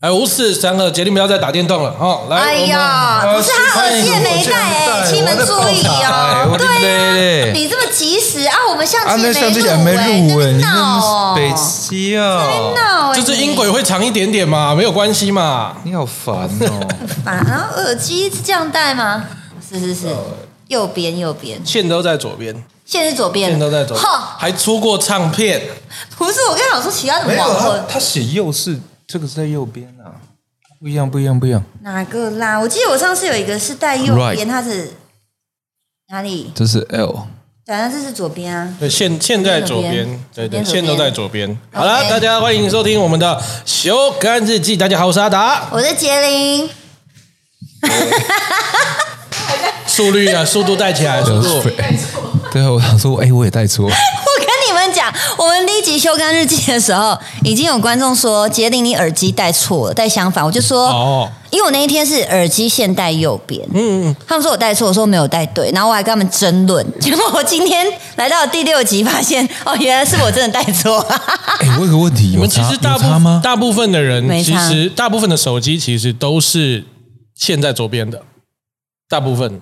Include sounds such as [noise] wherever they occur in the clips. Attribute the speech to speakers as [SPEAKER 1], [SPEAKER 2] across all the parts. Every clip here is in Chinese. [SPEAKER 1] 哎，五四三二，决定不要再打电动了哦。来，
[SPEAKER 2] 哎呀，
[SPEAKER 1] 我们啊
[SPEAKER 2] 不是他耳机也没带哎，亲们注意哦。对啊，你这么及时啊，我们相
[SPEAKER 3] 啊，
[SPEAKER 2] 机
[SPEAKER 3] 那
[SPEAKER 2] 也
[SPEAKER 3] 相机也没
[SPEAKER 2] 没
[SPEAKER 3] 入哎，
[SPEAKER 2] 哎，
[SPEAKER 3] 你
[SPEAKER 2] 闹
[SPEAKER 3] 这
[SPEAKER 2] 哦，
[SPEAKER 3] 北七啊，
[SPEAKER 2] 闹哎，
[SPEAKER 1] 就是音
[SPEAKER 2] 你
[SPEAKER 1] 轨会长一点点嘛，没有关系嘛。
[SPEAKER 3] 你好烦哦。
[SPEAKER 2] 烦。然后耳机是这样戴吗？是是是，右边右边，
[SPEAKER 1] 线都在左边，
[SPEAKER 2] 现在是左边
[SPEAKER 1] 线
[SPEAKER 2] 了，
[SPEAKER 1] 都在左边
[SPEAKER 2] 哈，，
[SPEAKER 1] 还出过唱片。
[SPEAKER 2] 不是我刚想说其他
[SPEAKER 3] [laughs]
[SPEAKER 2] 的
[SPEAKER 3] 没有啊
[SPEAKER 2] 网
[SPEAKER 3] 他
[SPEAKER 2] 文
[SPEAKER 3] 他写右是这个是在右边啊，不一样不一样不一样，
[SPEAKER 2] 哪个啦？我记得我上次有一个是戴右
[SPEAKER 3] Right
[SPEAKER 2] 边，它是哪里？
[SPEAKER 3] 这是 L。
[SPEAKER 2] 对啊，这是左边啊。
[SPEAKER 1] 对，线线在左边
[SPEAKER 2] 边，
[SPEAKER 1] 对对，
[SPEAKER 2] 边左
[SPEAKER 1] 线
[SPEAKER 2] 边
[SPEAKER 1] 都在左边。好了，
[SPEAKER 2] OK
[SPEAKER 1] 大家欢迎收听我们的《修干日记》。大家好，我是阿达。
[SPEAKER 2] 我是杰林，
[SPEAKER 1] 速率啊，速度带起来，速度。
[SPEAKER 3] [laughs] 对啊，我想说，哎、我也带错。
[SPEAKER 2] 我跟你们讲，我们第一集修刊日记的时候，已经有观众说杰林你耳机戴错了，戴相反。我就说，
[SPEAKER 1] 哦
[SPEAKER 2] 因为我那一天是耳机线戴右边，嗯嗯，他们说我戴错，我说没有戴对，然后我还跟他们争论。 [laughs] 结果我今天来到第六集，发现哦，原来是我真的戴
[SPEAKER 1] [laughs]
[SPEAKER 2] 错。
[SPEAKER 3] 哎、我有个问题，
[SPEAKER 1] 我
[SPEAKER 3] 有
[SPEAKER 1] 们其
[SPEAKER 3] 差
[SPEAKER 1] 实大
[SPEAKER 3] 有
[SPEAKER 1] 部
[SPEAKER 3] 差吗？
[SPEAKER 1] 大部分的人，
[SPEAKER 2] 没
[SPEAKER 1] 其
[SPEAKER 2] 差
[SPEAKER 1] 实大部分的手机其实都是线在左边的，大部分。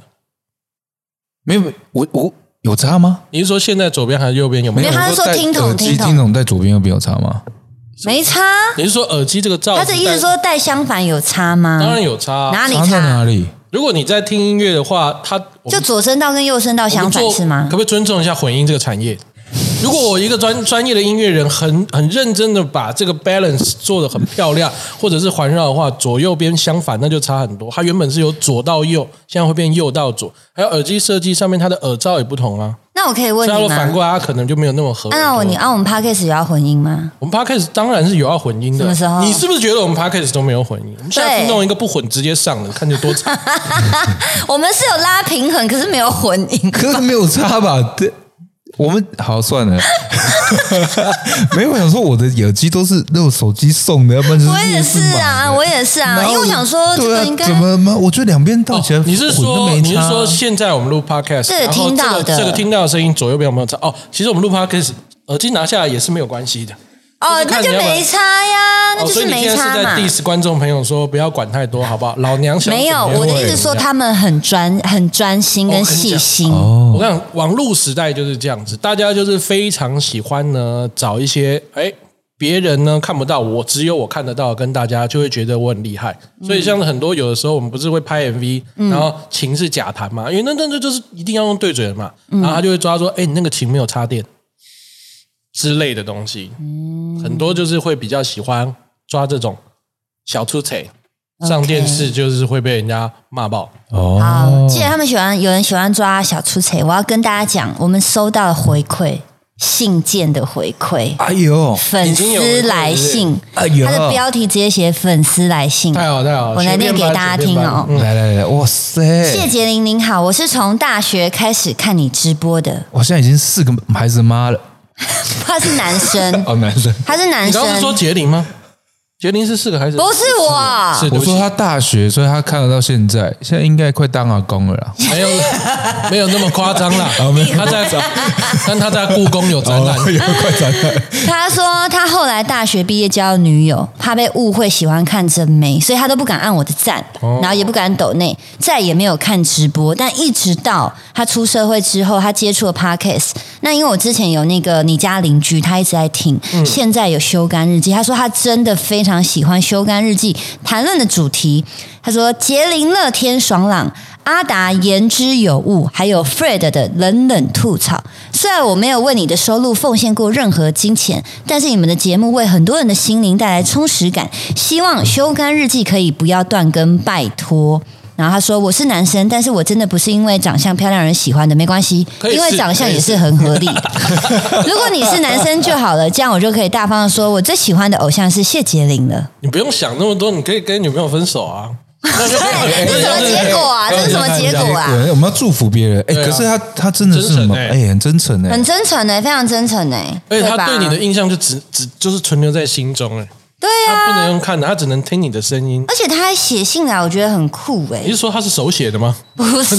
[SPEAKER 3] 没有，我我有差吗？
[SPEAKER 1] 你是说线在左边还是右边？有没
[SPEAKER 2] 没
[SPEAKER 1] 有
[SPEAKER 2] 有？他是说
[SPEAKER 3] 戴
[SPEAKER 2] 听筒
[SPEAKER 3] 耳机
[SPEAKER 2] 听筒
[SPEAKER 3] 听筒在左边右边有差吗？
[SPEAKER 2] 没差，
[SPEAKER 1] 你是说耳机这个罩子
[SPEAKER 2] 他
[SPEAKER 1] 戴？
[SPEAKER 2] 的意思说戴相反有差吗？
[SPEAKER 1] 当然有差啊。
[SPEAKER 2] 哪里
[SPEAKER 3] 差在哪
[SPEAKER 2] 差？
[SPEAKER 3] 里？
[SPEAKER 1] 如果你在听音乐的话，它我们
[SPEAKER 2] 就左声道跟右声道
[SPEAKER 1] 我
[SPEAKER 2] 相
[SPEAKER 1] 们
[SPEAKER 2] 反
[SPEAKER 1] 做
[SPEAKER 2] 是吗
[SPEAKER 1] 可不？可以尊重一下混音这个产业？如果我一个专专业的音乐人很很认真的把这个 balance 做得很漂亮，或者是环绕的话，左右边相反那就差很多。它原本是由左到右，现在会变右到左。还有耳机设计上面，它的耳罩也不同啊。
[SPEAKER 2] 那我可以
[SPEAKER 1] 所以
[SPEAKER 2] 问
[SPEAKER 1] 它
[SPEAKER 2] 哦
[SPEAKER 1] 说
[SPEAKER 2] 你
[SPEAKER 1] 反
[SPEAKER 2] 吗？
[SPEAKER 1] 过来，它哦可能就没有那么合。
[SPEAKER 2] 按我你啊按我们 podcast 有要混音吗？ [laughs]
[SPEAKER 1] 我们 podcast 当然是有要混音的。
[SPEAKER 2] 什么时候
[SPEAKER 1] 你是不是觉得我们 podcast 都没有混音？我们下次
[SPEAKER 2] 对
[SPEAKER 1] 弄一个不混直接上的，看着多惨。
[SPEAKER 2] 我们是有拉平衡，可是没有混音。
[SPEAKER 3] [laughs] 可是没有差吧？对，我们好
[SPEAKER 1] [laughs]
[SPEAKER 3] 算了。没有，我想说我的耳机都是那种手机送的，要不然就是
[SPEAKER 2] 我也
[SPEAKER 3] 夜市
[SPEAKER 2] 是
[SPEAKER 3] 买
[SPEAKER 2] 啊，
[SPEAKER 3] 的
[SPEAKER 2] 我也是啊，
[SPEAKER 3] 然
[SPEAKER 2] 因
[SPEAKER 3] 后
[SPEAKER 2] 为我想说这
[SPEAKER 3] 对
[SPEAKER 2] 个
[SPEAKER 3] 啊
[SPEAKER 2] 应该
[SPEAKER 3] 怎么嘛？我觉得两边倒起来
[SPEAKER 1] 哦，你是
[SPEAKER 3] 混都
[SPEAKER 1] 说
[SPEAKER 3] 没
[SPEAKER 1] 你是
[SPEAKER 3] 差啊
[SPEAKER 1] 说现在我们录 podcast，
[SPEAKER 2] 这个
[SPEAKER 1] 然后
[SPEAKER 2] 听到
[SPEAKER 1] 这个
[SPEAKER 2] 的
[SPEAKER 1] 这个听到的声音左右边有没有差？哦，其实我们录 podcast 耳机拿下来也是没有关系的，
[SPEAKER 2] 哦，
[SPEAKER 1] 就是
[SPEAKER 2] 那
[SPEAKER 1] 看
[SPEAKER 2] 就
[SPEAKER 1] 你要不要
[SPEAKER 2] 没差呀，那
[SPEAKER 1] 哦，
[SPEAKER 2] 就
[SPEAKER 1] 所以
[SPEAKER 2] 是
[SPEAKER 1] 你
[SPEAKER 2] 没
[SPEAKER 1] 现在
[SPEAKER 2] 差
[SPEAKER 1] 是在
[SPEAKER 2] 嘛。
[SPEAKER 1] diss 观众朋友说不要管太多，好不好？老娘想
[SPEAKER 2] 没有，
[SPEAKER 1] 怎么
[SPEAKER 2] 我
[SPEAKER 1] 样
[SPEAKER 2] 的意思说他们很专、很专心
[SPEAKER 1] 哦
[SPEAKER 2] 跟细心。
[SPEAKER 1] 我跟你讲网络时代就是这样子，大家就是非常喜欢呢找一些哎。别人呢看不到我，只有我看得到，跟大家就会觉得我很厉害。所以像很多有的时候我们不是会拍 MV，、然后琴是假弹嘛，因为那那那就是一定要用对准的嘛，然后他就会抓说，哎、你那个琴没有插电之类的东西，很多就是会比较喜欢抓这种小出彩。上
[SPEAKER 2] OK
[SPEAKER 1] 电视就是会被人家骂爆，
[SPEAKER 2] 好，
[SPEAKER 3] 哦，
[SPEAKER 2] 既然他们喜欢，有人喜欢抓小出彩，我要跟大家讲，我们收到的回馈，信件的回馈，
[SPEAKER 3] 哎呦，
[SPEAKER 2] 粉丝来信，
[SPEAKER 3] 哎呦，
[SPEAKER 2] 它的标题直接写“粉丝来信”，
[SPEAKER 1] 太好太好，
[SPEAKER 2] 我来念给大家听哦。
[SPEAKER 1] 嗯
[SPEAKER 3] 来来来，哇塞！
[SPEAKER 2] 谢杰林您好，我是从大学开始看你直播的，
[SPEAKER 3] 我现在已经四个孩子妈了，
[SPEAKER 2] 他是男生，
[SPEAKER 3] 哦，男生。
[SPEAKER 2] 他是男
[SPEAKER 1] 你刚
[SPEAKER 2] 生
[SPEAKER 1] 刚是，说杰林吗？杰林是四个孩子，
[SPEAKER 2] 不是我，
[SPEAKER 1] 是
[SPEAKER 3] 我说他
[SPEAKER 1] 他
[SPEAKER 3] 大学，所以他看得到现在，现在应该快当阿公了
[SPEAKER 1] [laughs]
[SPEAKER 3] 啦。
[SPEAKER 1] 没有没有那么夸张啦，他在但他在故宫哦
[SPEAKER 3] [laughs]
[SPEAKER 1] 有展览，
[SPEAKER 3] 快展览，
[SPEAKER 2] 他说他后来大学毕业交了女友，怕被误会喜欢看真眉，所以他都不敢按我的赞，
[SPEAKER 1] 哦
[SPEAKER 2] 然后也不敢抖内，再也没有看直播。但一直到他出社会之后，他接触了 podcast。那因为我之前有那个你家邻居，他一直在听，
[SPEAKER 1] 嗯
[SPEAKER 2] 现在有修干日记。他说他真的非常喜欢修干日记谈论的主题。他说杰林乐天爽朗。阿达言之有物，还有 Fred 的冷冷吐槽。虽然我没有为你的收入奉献过任何金钱，但是你们的节目为很多人的心灵带来充实感。希望修干日记可以不要断更，拜托。然后他说：“我是男生，但是我真的不是因为长相漂亮而喜欢的，没关系，
[SPEAKER 1] 可以是
[SPEAKER 2] 因为长相也是很合理。 [laughs] 如果你是男生就好了，这样我就可以大方的说，我最喜欢的偶像是谢杰林了。
[SPEAKER 1] 你不用想那么多，你可以跟女朋友分手啊。那就
[SPEAKER 2] 这是什么结果啊？这是什么结果啊？
[SPEAKER 3] [laughs] 对我们要祝福别人。哎，
[SPEAKER 1] 对啊
[SPEAKER 3] 可是他他真的是什
[SPEAKER 1] 真
[SPEAKER 3] 么？
[SPEAKER 1] 诚
[SPEAKER 3] 哎，
[SPEAKER 1] 欸
[SPEAKER 3] 很真诚哎
[SPEAKER 2] 很。欸真诚呢、非常真诚呢、欸
[SPEAKER 1] 而且他
[SPEAKER 2] 吧
[SPEAKER 1] 对你的印象就只只就是存留在心中哎，
[SPEAKER 2] 对
[SPEAKER 1] 他
[SPEAKER 2] 啊
[SPEAKER 1] 不能用看的，他只能听你的声音。
[SPEAKER 2] 而且他还写信来，我觉得很酷哎、
[SPEAKER 1] 你是说他是手写的吗？
[SPEAKER 2] 不
[SPEAKER 1] [laughs]
[SPEAKER 2] 是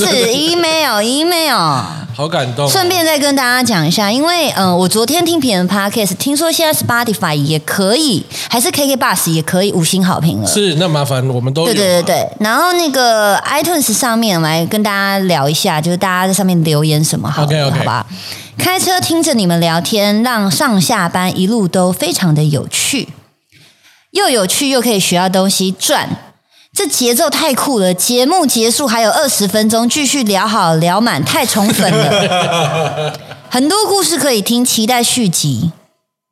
[SPEAKER 2] email，email。
[SPEAKER 1] 好感动哦、
[SPEAKER 2] 顺便再跟大家讲一下，因为呃，我昨天听别人 podcast，听说现在 Spotify 也可以，还是 KK Bus 也可以五星好评了。
[SPEAKER 1] 是那麻烦我们都有啊
[SPEAKER 2] 对对对对，然后那个 iTunes 上面我来跟大家聊一下，就是大家在上面留言什么好了
[SPEAKER 1] OK，OK
[SPEAKER 2] 好吧？开车听着你们聊天，让上下班一路都非常的有趣，又有趣又可以学到东西赚。这节奏太酷了！节目结束还有二十分钟，继续聊好聊满，太宠粉了。
[SPEAKER 1] [laughs]
[SPEAKER 2] 很多故事可以听，期待续集。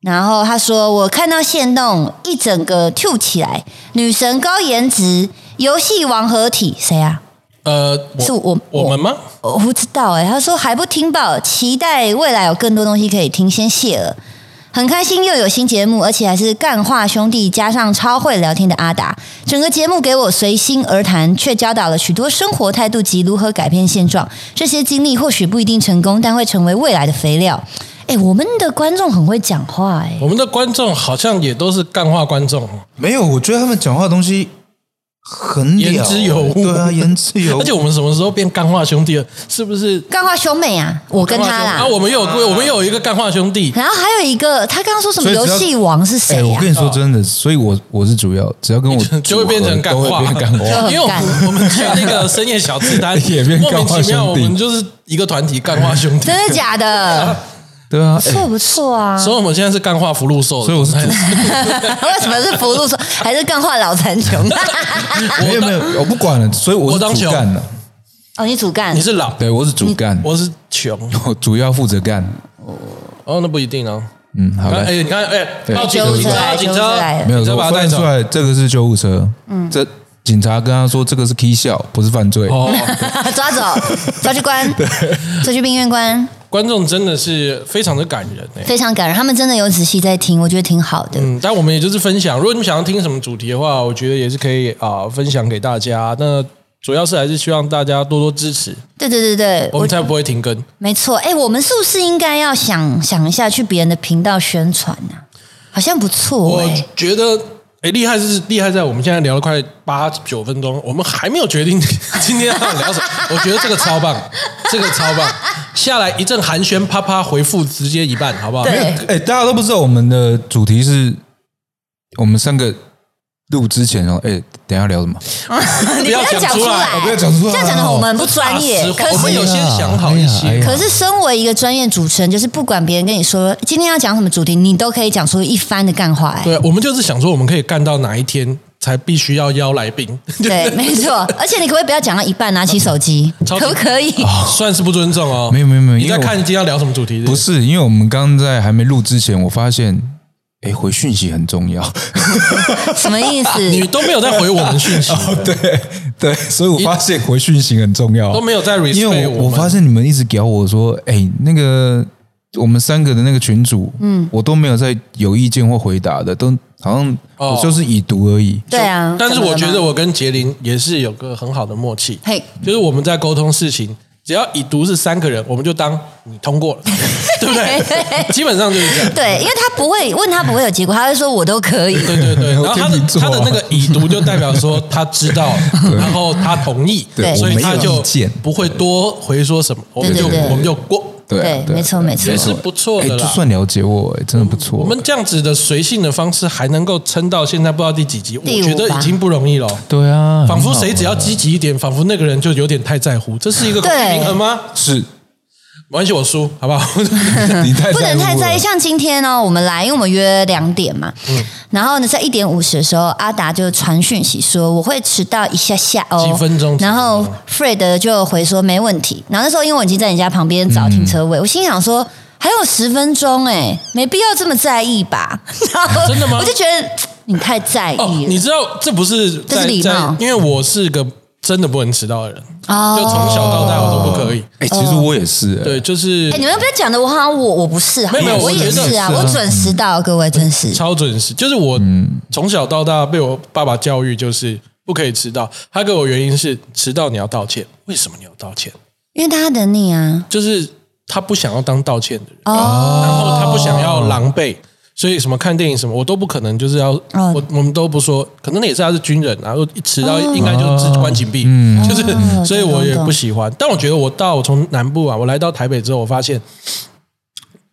[SPEAKER 2] 然后他说：“我看到线动一整个 Q 起来，女神高颜值，游戏王合体，谁啊？
[SPEAKER 1] 呃，我
[SPEAKER 2] 是我
[SPEAKER 1] 我们吗？
[SPEAKER 2] 我不知道哎、他说还不听报，期待未来有更多东西可以听，先谢了。很开心又有新节目，而且还是干话兄弟加上超会聊天的阿达，整个节目给我随心而谈，却教导了许多生活态度及如何改变现状。这些经历或许不一定成功，但会成为未来的肥料。哎，我们的观众很会讲话哎、
[SPEAKER 1] 我们的观众好像也都是干话观众，
[SPEAKER 3] 没有，我觉得他们讲话的东西很了
[SPEAKER 1] 言之有物
[SPEAKER 3] 对啊，言之有物。
[SPEAKER 1] 而且我们什么时候变干话兄弟了？是不是？
[SPEAKER 2] 干话兄妹啊，我跟他
[SPEAKER 1] 干话
[SPEAKER 2] 啦
[SPEAKER 1] 兄啊，。我们又有我们又有一个干话兄
[SPEAKER 2] [laughs]
[SPEAKER 1] 弟，
[SPEAKER 2] 然后还有一个，他刚刚说什么
[SPEAKER 3] 所以
[SPEAKER 2] 游
[SPEAKER 3] 只要
[SPEAKER 2] 戏王是谁啊
[SPEAKER 3] 哎，我
[SPEAKER 2] 呀、
[SPEAKER 3] 跟你说真的，所以我我是主要，只要跟我
[SPEAKER 1] [laughs] 就会变成干
[SPEAKER 3] 组合
[SPEAKER 1] 话
[SPEAKER 3] 都会变干话。
[SPEAKER 1] 因为我们我们去那个深夜小吃摊
[SPEAKER 3] [laughs] 也变
[SPEAKER 1] 莫
[SPEAKER 3] 干
[SPEAKER 1] 名
[SPEAKER 3] 话兄弟
[SPEAKER 1] 其妙，我们就是一个团体干话兄弟，
[SPEAKER 2] 真的假的？
[SPEAKER 3] 对啊，
[SPEAKER 2] 不错不错啊。
[SPEAKER 1] 所以我们现在是干话福禄寿，
[SPEAKER 3] 所以我是
[SPEAKER 1] [laughs]
[SPEAKER 3] 主，
[SPEAKER 2] 为什么是福禄寿，还是干化老残穷？
[SPEAKER 3] 没有没有，我不管了，所以我
[SPEAKER 1] 我
[SPEAKER 3] 是
[SPEAKER 1] 当
[SPEAKER 3] 主
[SPEAKER 1] 球
[SPEAKER 3] 干的，
[SPEAKER 2] [laughs] 哦，你主干
[SPEAKER 1] 你是老，
[SPEAKER 3] 对，我是主干，
[SPEAKER 1] 嗯我是穷，
[SPEAKER 3] 我主要负责干。
[SPEAKER 1] 哦，那不一定哦。
[SPEAKER 3] 嗯，好
[SPEAKER 1] 哎，
[SPEAKER 3] 来，
[SPEAKER 1] 你看，哎，
[SPEAKER 3] 对
[SPEAKER 1] 报警
[SPEAKER 2] 救护车
[SPEAKER 1] 警
[SPEAKER 2] 来
[SPEAKER 1] 察，
[SPEAKER 2] 了，
[SPEAKER 1] 警
[SPEAKER 2] 救护车来
[SPEAKER 1] 察，
[SPEAKER 2] 了。
[SPEAKER 3] 没有，
[SPEAKER 1] 你再
[SPEAKER 3] 我
[SPEAKER 1] 把他
[SPEAKER 3] 分
[SPEAKER 1] 带走
[SPEAKER 3] 出来，这个是救护车，嗯，这警察跟他说这个是 K 笑，不是犯罪。
[SPEAKER 1] 哦，
[SPEAKER 2] [laughs] 抓走，抓去关，抓去病院关，
[SPEAKER 1] 观众真的是非常的感人哎。
[SPEAKER 2] 非常感人。他们真的有仔细在听，我觉得挺好的。
[SPEAKER 1] 嗯，但我们也就是分享，如果你们想要听什么主题的话，我觉得也是可以啊、分享给大家。那主要是还是希望大家多多支持，
[SPEAKER 2] 对对对对，
[SPEAKER 1] 我
[SPEAKER 2] 我
[SPEAKER 1] 们才不会停更。
[SPEAKER 2] 没错。哎，我们是不是应该要想想一下去别人的频道宣传呢、好像不错
[SPEAKER 1] 我
[SPEAKER 2] 哎、
[SPEAKER 1] 觉得，哎，厉害是厉害在我们现在聊了快八九分钟，我们还没有决定今天要聊什么。我觉得这个超棒，这个超棒。下来一阵寒暄，啪啪回复直接一半，好不好？
[SPEAKER 2] 对
[SPEAKER 1] 没有
[SPEAKER 3] 哎，大家都不知道我们的主题是，我们三个录之前哦，哎，等一下聊什么？
[SPEAKER 2] [laughs] 你
[SPEAKER 1] [laughs] 不要讲
[SPEAKER 2] 讲
[SPEAKER 1] 出来
[SPEAKER 2] 来，
[SPEAKER 1] 我
[SPEAKER 3] 啊不要讲出
[SPEAKER 2] 哎
[SPEAKER 3] 来
[SPEAKER 2] 这样讲的
[SPEAKER 3] 哦
[SPEAKER 2] 我们不专业
[SPEAKER 1] 大实。话
[SPEAKER 2] 可
[SPEAKER 1] 我们
[SPEAKER 2] 是
[SPEAKER 1] 有些想好一些
[SPEAKER 3] 哎呀哎呀
[SPEAKER 2] 可是，身为一个专业主持人，就是不管别人跟你说今天要讲什么主题，你都可以讲出一番的干话、哎，
[SPEAKER 1] 对，我们就是想说，我们可以干到哪一天才必须要邀来宾， [laughs]
[SPEAKER 2] 对，没错。而且你可不可以不要讲到一半拿起手机，
[SPEAKER 1] 超级
[SPEAKER 2] 可不
[SPEAKER 1] [laughs]
[SPEAKER 2] 可以？
[SPEAKER 1] 算是不尊重哦。
[SPEAKER 3] 没有没有没有
[SPEAKER 1] 你在
[SPEAKER 3] 因为我
[SPEAKER 1] 看今天要聊什么主题？
[SPEAKER 3] 不是，因为我们刚在还没录之前，我发现，哎，回讯息很重要。 [laughs]
[SPEAKER 2] 什么意思？
[SPEAKER 1] 你都没有在回我们讯
[SPEAKER 3] [laughs]
[SPEAKER 1] 息，
[SPEAKER 3] 哦对对，所以我发现回讯息很重要，
[SPEAKER 1] 都没有在 respect
[SPEAKER 3] 因为我
[SPEAKER 1] 我们
[SPEAKER 3] 发现你们一直屌我说，哎、那个我们三个的那个群主，嗯，我都没有在有意见或回答的，都好像
[SPEAKER 1] 哦
[SPEAKER 3] 我就是已读而已。
[SPEAKER 2] 对啊，
[SPEAKER 1] 但是我觉
[SPEAKER 2] 怎么
[SPEAKER 1] 得
[SPEAKER 2] 了吗
[SPEAKER 1] 我跟杰林也是有个很好的默契，
[SPEAKER 2] 嘿，
[SPEAKER 1] 就是我们在沟通事情，只要已读是三个人，我们就当你通过
[SPEAKER 2] [laughs]
[SPEAKER 1] 了，对不对？基本上就是这样。
[SPEAKER 2] 对，因为他不会问他不会有结果，他会说我都可以。
[SPEAKER 1] 对对
[SPEAKER 3] [laughs]
[SPEAKER 1] 对，然
[SPEAKER 3] 我
[SPEAKER 1] 后
[SPEAKER 3] 天
[SPEAKER 1] 他的
[SPEAKER 3] 秤座啊
[SPEAKER 1] 他的那个已读就代表说他知道，
[SPEAKER 3] [laughs]
[SPEAKER 1] 然后他同意，
[SPEAKER 2] 对
[SPEAKER 1] 所以他
[SPEAKER 3] 我没
[SPEAKER 1] 就
[SPEAKER 3] 有意见
[SPEAKER 1] 不会多回说什么，我们就
[SPEAKER 2] 对对对
[SPEAKER 1] 我们就过，
[SPEAKER 3] 对
[SPEAKER 2] 对
[SPEAKER 3] 啊对啊
[SPEAKER 2] 没错没错
[SPEAKER 1] 也是不错
[SPEAKER 3] 哎、
[SPEAKER 1] 的
[SPEAKER 3] 就
[SPEAKER 1] 啦。
[SPEAKER 3] 算了解我、哎，真的不错。
[SPEAKER 1] 我们这样子的随性的方式，还能够撑到现在不知道第几集，我
[SPEAKER 2] 第五
[SPEAKER 1] 觉得
[SPEAKER 2] 吧嗯
[SPEAKER 1] 已经不容易了。
[SPEAKER 3] 对啊，
[SPEAKER 1] 仿佛
[SPEAKER 3] 很好
[SPEAKER 1] 谁只要积极一点，仿佛那个人就有点太在乎，这是一个公平衡吗？
[SPEAKER 3] 是 [laughs]
[SPEAKER 1] 没关系，我输，好不
[SPEAKER 2] [laughs]
[SPEAKER 1] 好？
[SPEAKER 3] 你
[SPEAKER 1] 哎
[SPEAKER 3] 太
[SPEAKER 2] 不能太在
[SPEAKER 3] 意
[SPEAKER 2] 意。，像今天呢、我们来，因为我们约两点嘛，
[SPEAKER 1] 嗯
[SPEAKER 2] 然后呢，在一点五十的时候，阿达就传讯息说我会迟到一下下哦，
[SPEAKER 1] 几分钟
[SPEAKER 2] 然后
[SPEAKER 1] 几分
[SPEAKER 2] Fred 就回说没问题。然后那时候因为我已经在你家旁边找停车位，我心想说。还有十分钟哎、没必要这么在意吧？然
[SPEAKER 1] [laughs]
[SPEAKER 2] 后
[SPEAKER 1] 真的吗
[SPEAKER 2] 我就觉得嘖你太在意
[SPEAKER 1] 哦，
[SPEAKER 2] 了
[SPEAKER 1] 你知道这不是
[SPEAKER 2] 这是
[SPEAKER 1] 在
[SPEAKER 2] 礼
[SPEAKER 1] 在
[SPEAKER 2] 貌，
[SPEAKER 1] 因为我是个真的不能迟到的人，
[SPEAKER 2] 哦
[SPEAKER 1] 就从小到大我都不可以。
[SPEAKER 3] 哎、其实我也是、哎，
[SPEAKER 1] 对，就是
[SPEAKER 2] 哎、你们不要讲的我好像我我不是，好
[SPEAKER 1] 没有没有
[SPEAKER 2] 我
[SPEAKER 1] 我
[SPEAKER 2] 也
[SPEAKER 1] 觉得
[SPEAKER 2] 是啊，
[SPEAKER 3] 是啊
[SPEAKER 2] 我准时到，各位准时。
[SPEAKER 1] 嗯超准时，就是我
[SPEAKER 2] 嗯
[SPEAKER 1] 从小到大被我爸爸教育就是不可以迟到。他给我原因是迟到你要道歉，为什么你要道歉？
[SPEAKER 2] 因为大家等你啊，
[SPEAKER 1] 就是他不想要当道歉的人，
[SPEAKER 2] 哦，
[SPEAKER 1] 然后他不想要狼狈，所以什么看电影什么，我都不可能就是要、
[SPEAKER 2] 哦
[SPEAKER 1] 我我们都不说，可能那也是他是军人啊，然后一迟到
[SPEAKER 2] 哦
[SPEAKER 1] 应该就是关禁闭，
[SPEAKER 3] 嗯
[SPEAKER 1] 就是、
[SPEAKER 2] 哦
[SPEAKER 1] 所以
[SPEAKER 2] 懂
[SPEAKER 1] 我也
[SPEAKER 2] 懂
[SPEAKER 1] 不喜欢。但我觉得我到我从南部啊，我来到台北之后，我发现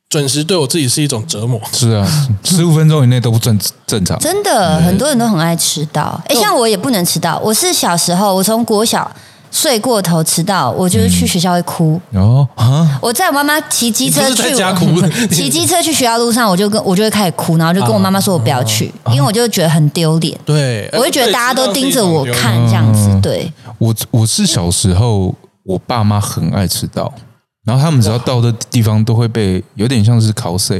[SPEAKER 1] 准时对我自己是一种折磨。
[SPEAKER 3] 是啊，十五分钟以内都不正正常。
[SPEAKER 2] 真
[SPEAKER 1] 嗯
[SPEAKER 2] 的，很多人都很爱迟到。哎，
[SPEAKER 1] 就
[SPEAKER 2] 像我也不能迟到。我是小时候，我从国小睡过头迟到，我就是去学校会哭。
[SPEAKER 3] 哦啊，
[SPEAKER 2] 我在我妈妈骑机车
[SPEAKER 1] 嗯你不是在
[SPEAKER 2] 去
[SPEAKER 1] 家
[SPEAKER 2] 我
[SPEAKER 1] 哭
[SPEAKER 2] [laughs] 骑机车去学校路上，我就跟我就会开始哭，然后就跟我妈妈
[SPEAKER 1] 哦
[SPEAKER 2] 说我不要去，因为我就觉得很丢脸，
[SPEAKER 1] 对，
[SPEAKER 2] 我就觉得大家都盯着
[SPEAKER 1] 哎
[SPEAKER 2] 我看
[SPEAKER 3] 嗯
[SPEAKER 2] 这样子。对，
[SPEAKER 3] 我我是小时候，我爸妈很爱迟到，然后他们只要到的地方都会被有点像是 cos，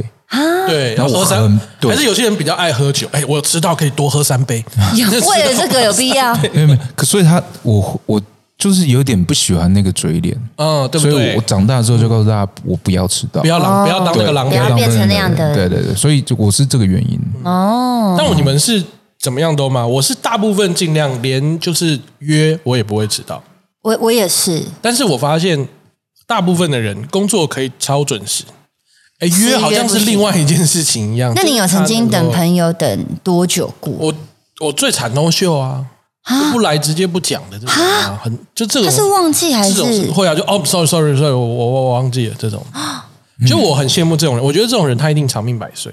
[SPEAKER 1] 对，
[SPEAKER 3] 然
[SPEAKER 1] 然
[SPEAKER 3] 后
[SPEAKER 1] 后喝
[SPEAKER 3] 我
[SPEAKER 1] 三
[SPEAKER 3] 很，对
[SPEAKER 1] 还是有些人比较爱喝酒。哎，我迟到可以多喝三
[SPEAKER 2] [laughs]
[SPEAKER 1] 杯，
[SPEAKER 2] 为了这个有必要。
[SPEAKER 3] 没有没有，可所以他我我就是有点不喜欢那个嘴脸，
[SPEAKER 1] [laughs] 嗯，对不
[SPEAKER 3] 所以我
[SPEAKER 1] 对
[SPEAKER 3] 我？长大之后就告诉大家，我不要迟到，
[SPEAKER 1] 不要
[SPEAKER 2] 哦
[SPEAKER 1] 狼，不要当那个狼
[SPEAKER 2] 不
[SPEAKER 1] 人
[SPEAKER 2] 要。变成那样的
[SPEAKER 3] 对对对，所以就我是这个原因。
[SPEAKER 2] 哦，
[SPEAKER 1] 但我你们是怎么样都吗？我是大部分尽量连就是约我也不会迟到，
[SPEAKER 2] 我我也是，
[SPEAKER 1] 但是我发现大部分的人工作可以超准时，哎，
[SPEAKER 2] 私约
[SPEAKER 1] 约好像是
[SPEAKER 2] 不行
[SPEAKER 1] 另外一件事情一样。
[SPEAKER 2] 那你有曾经等
[SPEAKER 1] 友？
[SPEAKER 2] 朋友等多久过？
[SPEAKER 1] 我我最惨 no 秀啊，就不来直接不讲的这种啊，很就这种
[SPEAKER 2] 他是忘记还
[SPEAKER 1] 这种
[SPEAKER 2] 是？啊
[SPEAKER 1] 会啊，就哦，sorry sorry sorry，我我我忘记了这种。就我很羡慕这种人，我觉得这种人他一定长命百岁，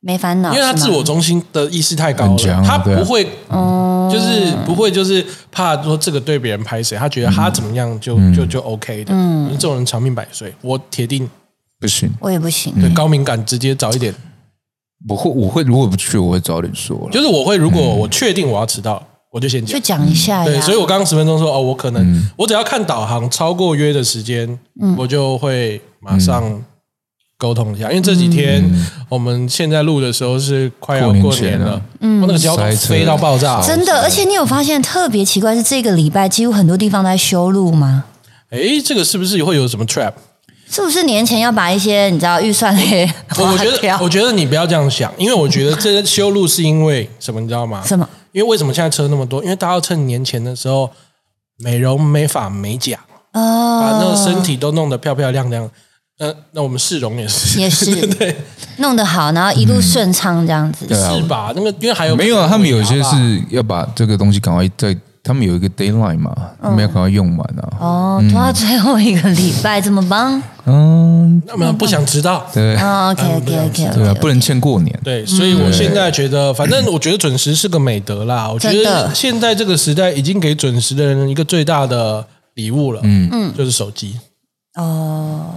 [SPEAKER 2] 没烦恼，
[SPEAKER 1] 因为他
[SPEAKER 2] 是吗
[SPEAKER 1] 自我中心的意识太高
[SPEAKER 3] 啊很
[SPEAKER 1] 了，
[SPEAKER 3] 强啊
[SPEAKER 1] 他
[SPEAKER 3] 对啊
[SPEAKER 1] 不会
[SPEAKER 2] 哦，
[SPEAKER 1] 就是不会就是怕说这个对别人拍谁，他觉得他怎么样就
[SPEAKER 3] 嗯
[SPEAKER 1] 就就 OK 的。这种人长命百岁，我铁定
[SPEAKER 3] 不行，
[SPEAKER 2] 我也不行。
[SPEAKER 3] 嗯
[SPEAKER 1] 对高敏感直接早一点，
[SPEAKER 3] 我会我会如果不去，我会早点说了。
[SPEAKER 1] 就是我会如
[SPEAKER 3] 嗯
[SPEAKER 1] 果我确定我要迟到，我就先讲
[SPEAKER 2] 就。讲一
[SPEAKER 3] 啊
[SPEAKER 2] 下呀。
[SPEAKER 1] 对，所以我刚刚十分钟说哦，我可能、
[SPEAKER 3] 嗯
[SPEAKER 1] 我只要看导航超过约的时间，我就会马
[SPEAKER 3] 嗯
[SPEAKER 1] 上沟通一下。因为这几天、我们现在录的时候是快要
[SPEAKER 3] 过年
[SPEAKER 1] 过
[SPEAKER 3] 前
[SPEAKER 1] 年
[SPEAKER 3] 了
[SPEAKER 1] 了，嗯，那个交通
[SPEAKER 3] 塞车
[SPEAKER 1] 飞到爆
[SPEAKER 3] 哦
[SPEAKER 1] 炸，
[SPEAKER 2] 真的，而且你有发现特别奇怪是这个礼拜几乎很多地方在修路吗？
[SPEAKER 1] 哎，这个是不是会有什么
[SPEAKER 2] [laughs]
[SPEAKER 1] trap？
[SPEAKER 2] 是不是年前要把一些你知道预算给
[SPEAKER 1] 我我
[SPEAKER 2] 划
[SPEAKER 1] 觉
[SPEAKER 2] 掉
[SPEAKER 1] 得，我觉得你不要这样想，因为我觉得这修路是因为什么，你知道吗？
[SPEAKER 2] [laughs] 什么？
[SPEAKER 1] 因为为什么现在车那么多？因为大家要趁年前的时候美容、美发、美甲，把
[SPEAKER 3] 啊
[SPEAKER 1] 那个
[SPEAKER 2] 哦，
[SPEAKER 1] 身体都弄得漂漂亮亮。那那我们市容也是
[SPEAKER 2] 也
[SPEAKER 1] [laughs]
[SPEAKER 2] 是
[SPEAKER 1] 对，
[SPEAKER 2] 弄得好，然后一路顺畅这样子。
[SPEAKER 3] 对啊
[SPEAKER 1] 是吧？那个因为还有
[SPEAKER 3] 没有啊，他们有些
[SPEAKER 1] 尾牙吧
[SPEAKER 3] 是要把这个东西赶快在，他们有一个 d a y l i n e 嘛，他们要赶快用完啊。
[SPEAKER 2] 嗯哦，拖到最后一个礼拜这么棒哦
[SPEAKER 3] 嗯，
[SPEAKER 1] 那么不想知道。
[SPEAKER 3] [laughs] 对
[SPEAKER 2] ？OK OK
[SPEAKER 3] 对啊，
[SPEAKER 2] OK
[SPEAKER 3] 不
[SPEAKER 2] OK。
[SPEAKER 3] 能欠过年。
[SPEAKER 1] 对，所以我现在觉得，反正我觉得准时是个美德啦。
[SPEAKER 2] [laughs]
[SPEAKER 1] 我觉
[SPEAKER 2] 真
[SPEAKER 1] 得
[SPEAKER 2] 的
[SPEAKER 1] 现在这个时代已经给准时的人一个最大的礼物了，嗯嗯，就是手机。
[SPEAKER 2] 哦，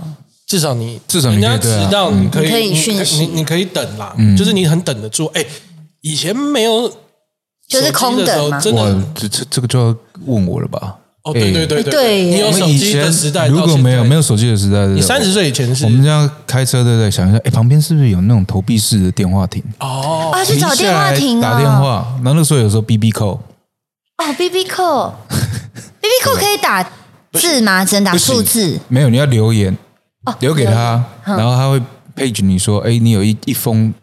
[SPEAKER 1] 至少你
[SPEAKER 3] 至少你
[SPEAKER 1] 人家
[SPEAKER 3] 可以对啊嗯
[SPEAKER 1] 迟到，你可以
[SPEAKER 2] 你可以
[SPEAKER 1] 你
[SPEAKER 2] 讯息
[SPEAKER 1] 你你可以等啦，就是你很等得住。哎，以前没有
[SPEAKER 2] 就是空等嘛
[SPEAKER 1] 手机的时候真
[SPEAKER 3] 哇
[SPEAKER 1] 的，
[SPEAKER 3] 这这这个就要问我了吧？
[SPEAKER 1] 哦，对对
[SPEAKER 3] 哎，
[SPEAKER 1] 对
[SPEAKER 2] 哎对耶
[SPEAKER 1] 你
[SPEAKER 3] 我
[SPEAKER 1] 有
[SPEAKER 3] 们
[SPEAKER 1] 手
[SPEAKER 3] 以
[SPEAKER 1] 机
[SPEAKER 3] 前
[SPEAKER 1] 的时代，
[SPEAKER 3] 如果没有没
[SPEAKER 1] 有，
[SPEAKER 3] 有手机的时代，
[SPEAKER 1] 你三十，岁以前是
[SPEAKER 3] 我们这样开车对不对？想一下，哎，旁边是不是有那种投币式的电话亭？
[SPEAKER 1] 哦，
[SPEAKER 2] 啊，去找电话
[SPEAKER 3] 停
[SPEAKER 2] 亭
[SPEAKER 3] 下
[SPEAKER 2] 啊，
[SPEAKER 3] 来打电话。然后那个时候有时候 B B 扣，
[SPEAKER 2] 哦，B B
[SPEAKER 3] [laughs]
[SPEAKER 2] 扣，B B 扣可以打字吗？只能打
[SPEAKER 3] 不行
[SPEAKER 2] 数字
[SPEAKER 3] 没有，你要留言
[SPEAKER 2] 哦，
[SPEAKER 3] 留给他，然后他会 page 你说，哎，你有一一封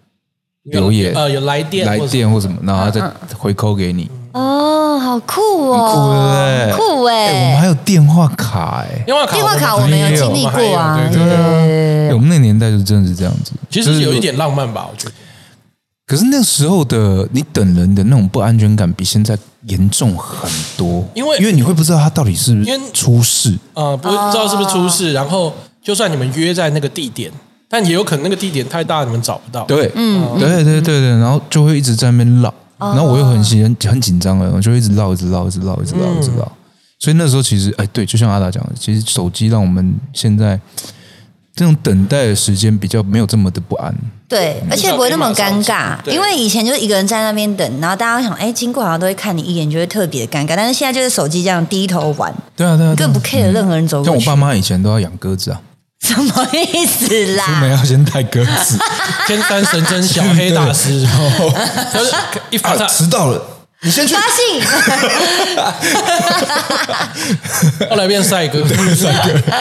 [SPEAKER 1] 有
[SPEAKER 3] 留言
[SPEAKER 1] 呃，有来电
[SPEAKER 3] 来
[SPEAKER 1] 或嗯者
[SPEAKER 3] 电或什么，然后他再回扣给你。
[SPEAKER 2] 哦，好酷
[SPEAKER 3] 很
[SPEAKER 2] 哦，
[SPEAKER 3] 酷对不对
[SPEAKER 2] 酷哎、
[SPEAKER 3] 哎，我们还有电话卡哎、
[SPEAKER 1] 电话卡，
[SPEAKER 2] 电话卡
[SPEAKER 1] 我
[SPEAKER 2] 我
[SPEAKER 1] 们
[SPEAKER 2] 们有经历过啊，
[SPEAKER 1] 还有对对对
[SPEAKER 3] 哎我们那个年代就真的是这样子。
[SPEAKER 1] 其
[SPEAKER 3] 就
[SPEAKER 1] 实
[SPEAKER 3] 是
[SPEAKER 1] 有一，点浪漫吧，我觉得。
[SPEAKER 3] 可是那时候的你等人的那种不安全感比现在严重很多，
[SPEAKER 1] 因为
[SPEAKER 3] 因为你会不知道他到底是不
[SPEAKER 1] 因
[SPEAKER 3] 是
[SPEAKER 1] 为
[SPEAKER 3] 出事，
[SPEAKER 1] 呃，不
[SPEAKER 2] 哦
[SPEAKER 1] 知道是不是出事，然后就算你们约在那个地点，但也有可能那个地点太大，你们找不到。
[SPEAKER 3] 对，嗯，对对对对，然后就会一直在那边绕，然后我又很紧很紧张啊了，我就一直绕，一直绕，一直绕，一直绕，一直
[SPEAKER 1] 嗯
[SPEAKER 3] 绕。所以那时候其实，哎，对，就像阿达讲的，其实手机让我们现在这种等待的时间比较没有这么的不安。
[SPEAKER 2] 对，而且不会那么尴尬，
[SPEAKER 1] 对
[SPEAKER 2] 因为以前就是一个人在那边等，然后大家想，哎，经过好像都会看你一眼，就会特别尴尬。但是现在就是手机这样低头玩，
[SPEAKER 3] 对啊，
[SPEAKER 1] 嗯
[SPEAKER 3] 对啊，
[SPEAKER 2] 你
[SPEAKER 3] 对
[SPEAKER 2] 根本
[SPEAKER 3] 啊
[SPEAKER 2] 不 care 任何人走
[SPEAKER 3] 像
[SPEAKER 2] 过
[SPEAKER 3] 我
[SPEAKER 2] 去，
[SPEAKER 3] 爸妈以前都要养鸽子啊，
[SPEAKER 2] 什么意思
[SPEAKER 1] [laughs]
[SPEAKER 3] 出门
[SPEAKER 2] 啦？
[SPEAKER 3] 要先带鸽
[SPEAKER 2] [laughs]
[SPEAKER 3] 子，哦
[SPEAKER 1] 天山神针小黑大师，然
[SPEAKER 3] [laughs]
[SPEAKER 1] 后就是一发
[SPEAKER 3] 啊，
[SPEAKER 1] 他，
[SPEAKER 3] 迟到了，你先去
[SPEAKER 2] 发。信
[SPEAKER 1] 后来变帅
[SPEAKER 3] [laughs]
[SPEAKER 1] 哥，帅哥。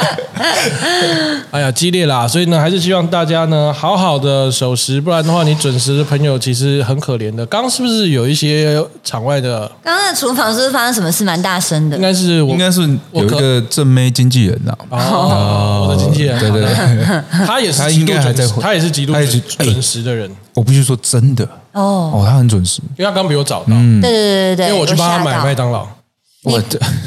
[SPEAKER 1] 哎呀，激烈啦！所以呢，还是希望大家呢好好的守时，不然的话，你准时的朋友其实很可怜的。刚刚是不是有一些场外的？
[SPEAKER 2] 刚刚的厨房是不是发生什么事？蛮大声
[SPEAKER 1] 应
[SPEAKER 2] 的，
[SPEAKER 1] 该是我
[SPEAKER 3] 应该是有一个正妹经纪人呐、啊，
[SPEAKER 1] 哦，我的经纪人，
[SPEAKER 3] 对对对，
[SPEAKER 1] 他也是
[SPEAKER 3] 他
[SPEAKER 1] 极
[SPEAKER 3] 应
[SPEAKER 1] 度
[SPEAKER 3] 该还
[SPEAKER 1] 准
[SPEAKER 3] 在
[SPEAKER 1] 时，
[SPEAKER 3] 回
[SPEAKER 1] 他也是极度
[SPEAKER 3] 他也是
[SPEAKER 1] 准
[SPEAKER 3] 哎
[SPEAKER 1] 准时的人。
[SPEAKER 3] [laughs] 我必须说真的
[SPEAKER 2] 哦，
[SPEAKER 3] 哦，他很准时。
[SPEAKER 1] 因为他刚比我早到，
[SPEAKER 3] 嗯
[SPEAKER 2] 对对对对对，
[SPEAKER 1] 嗯因为我去帮他
[SPEAKER 2] 吓
[SPEAKER 1] 买
[SPEAKER 2] 到
[SPEAKER 1] 麦当劳，
[SPEAKER 3] 我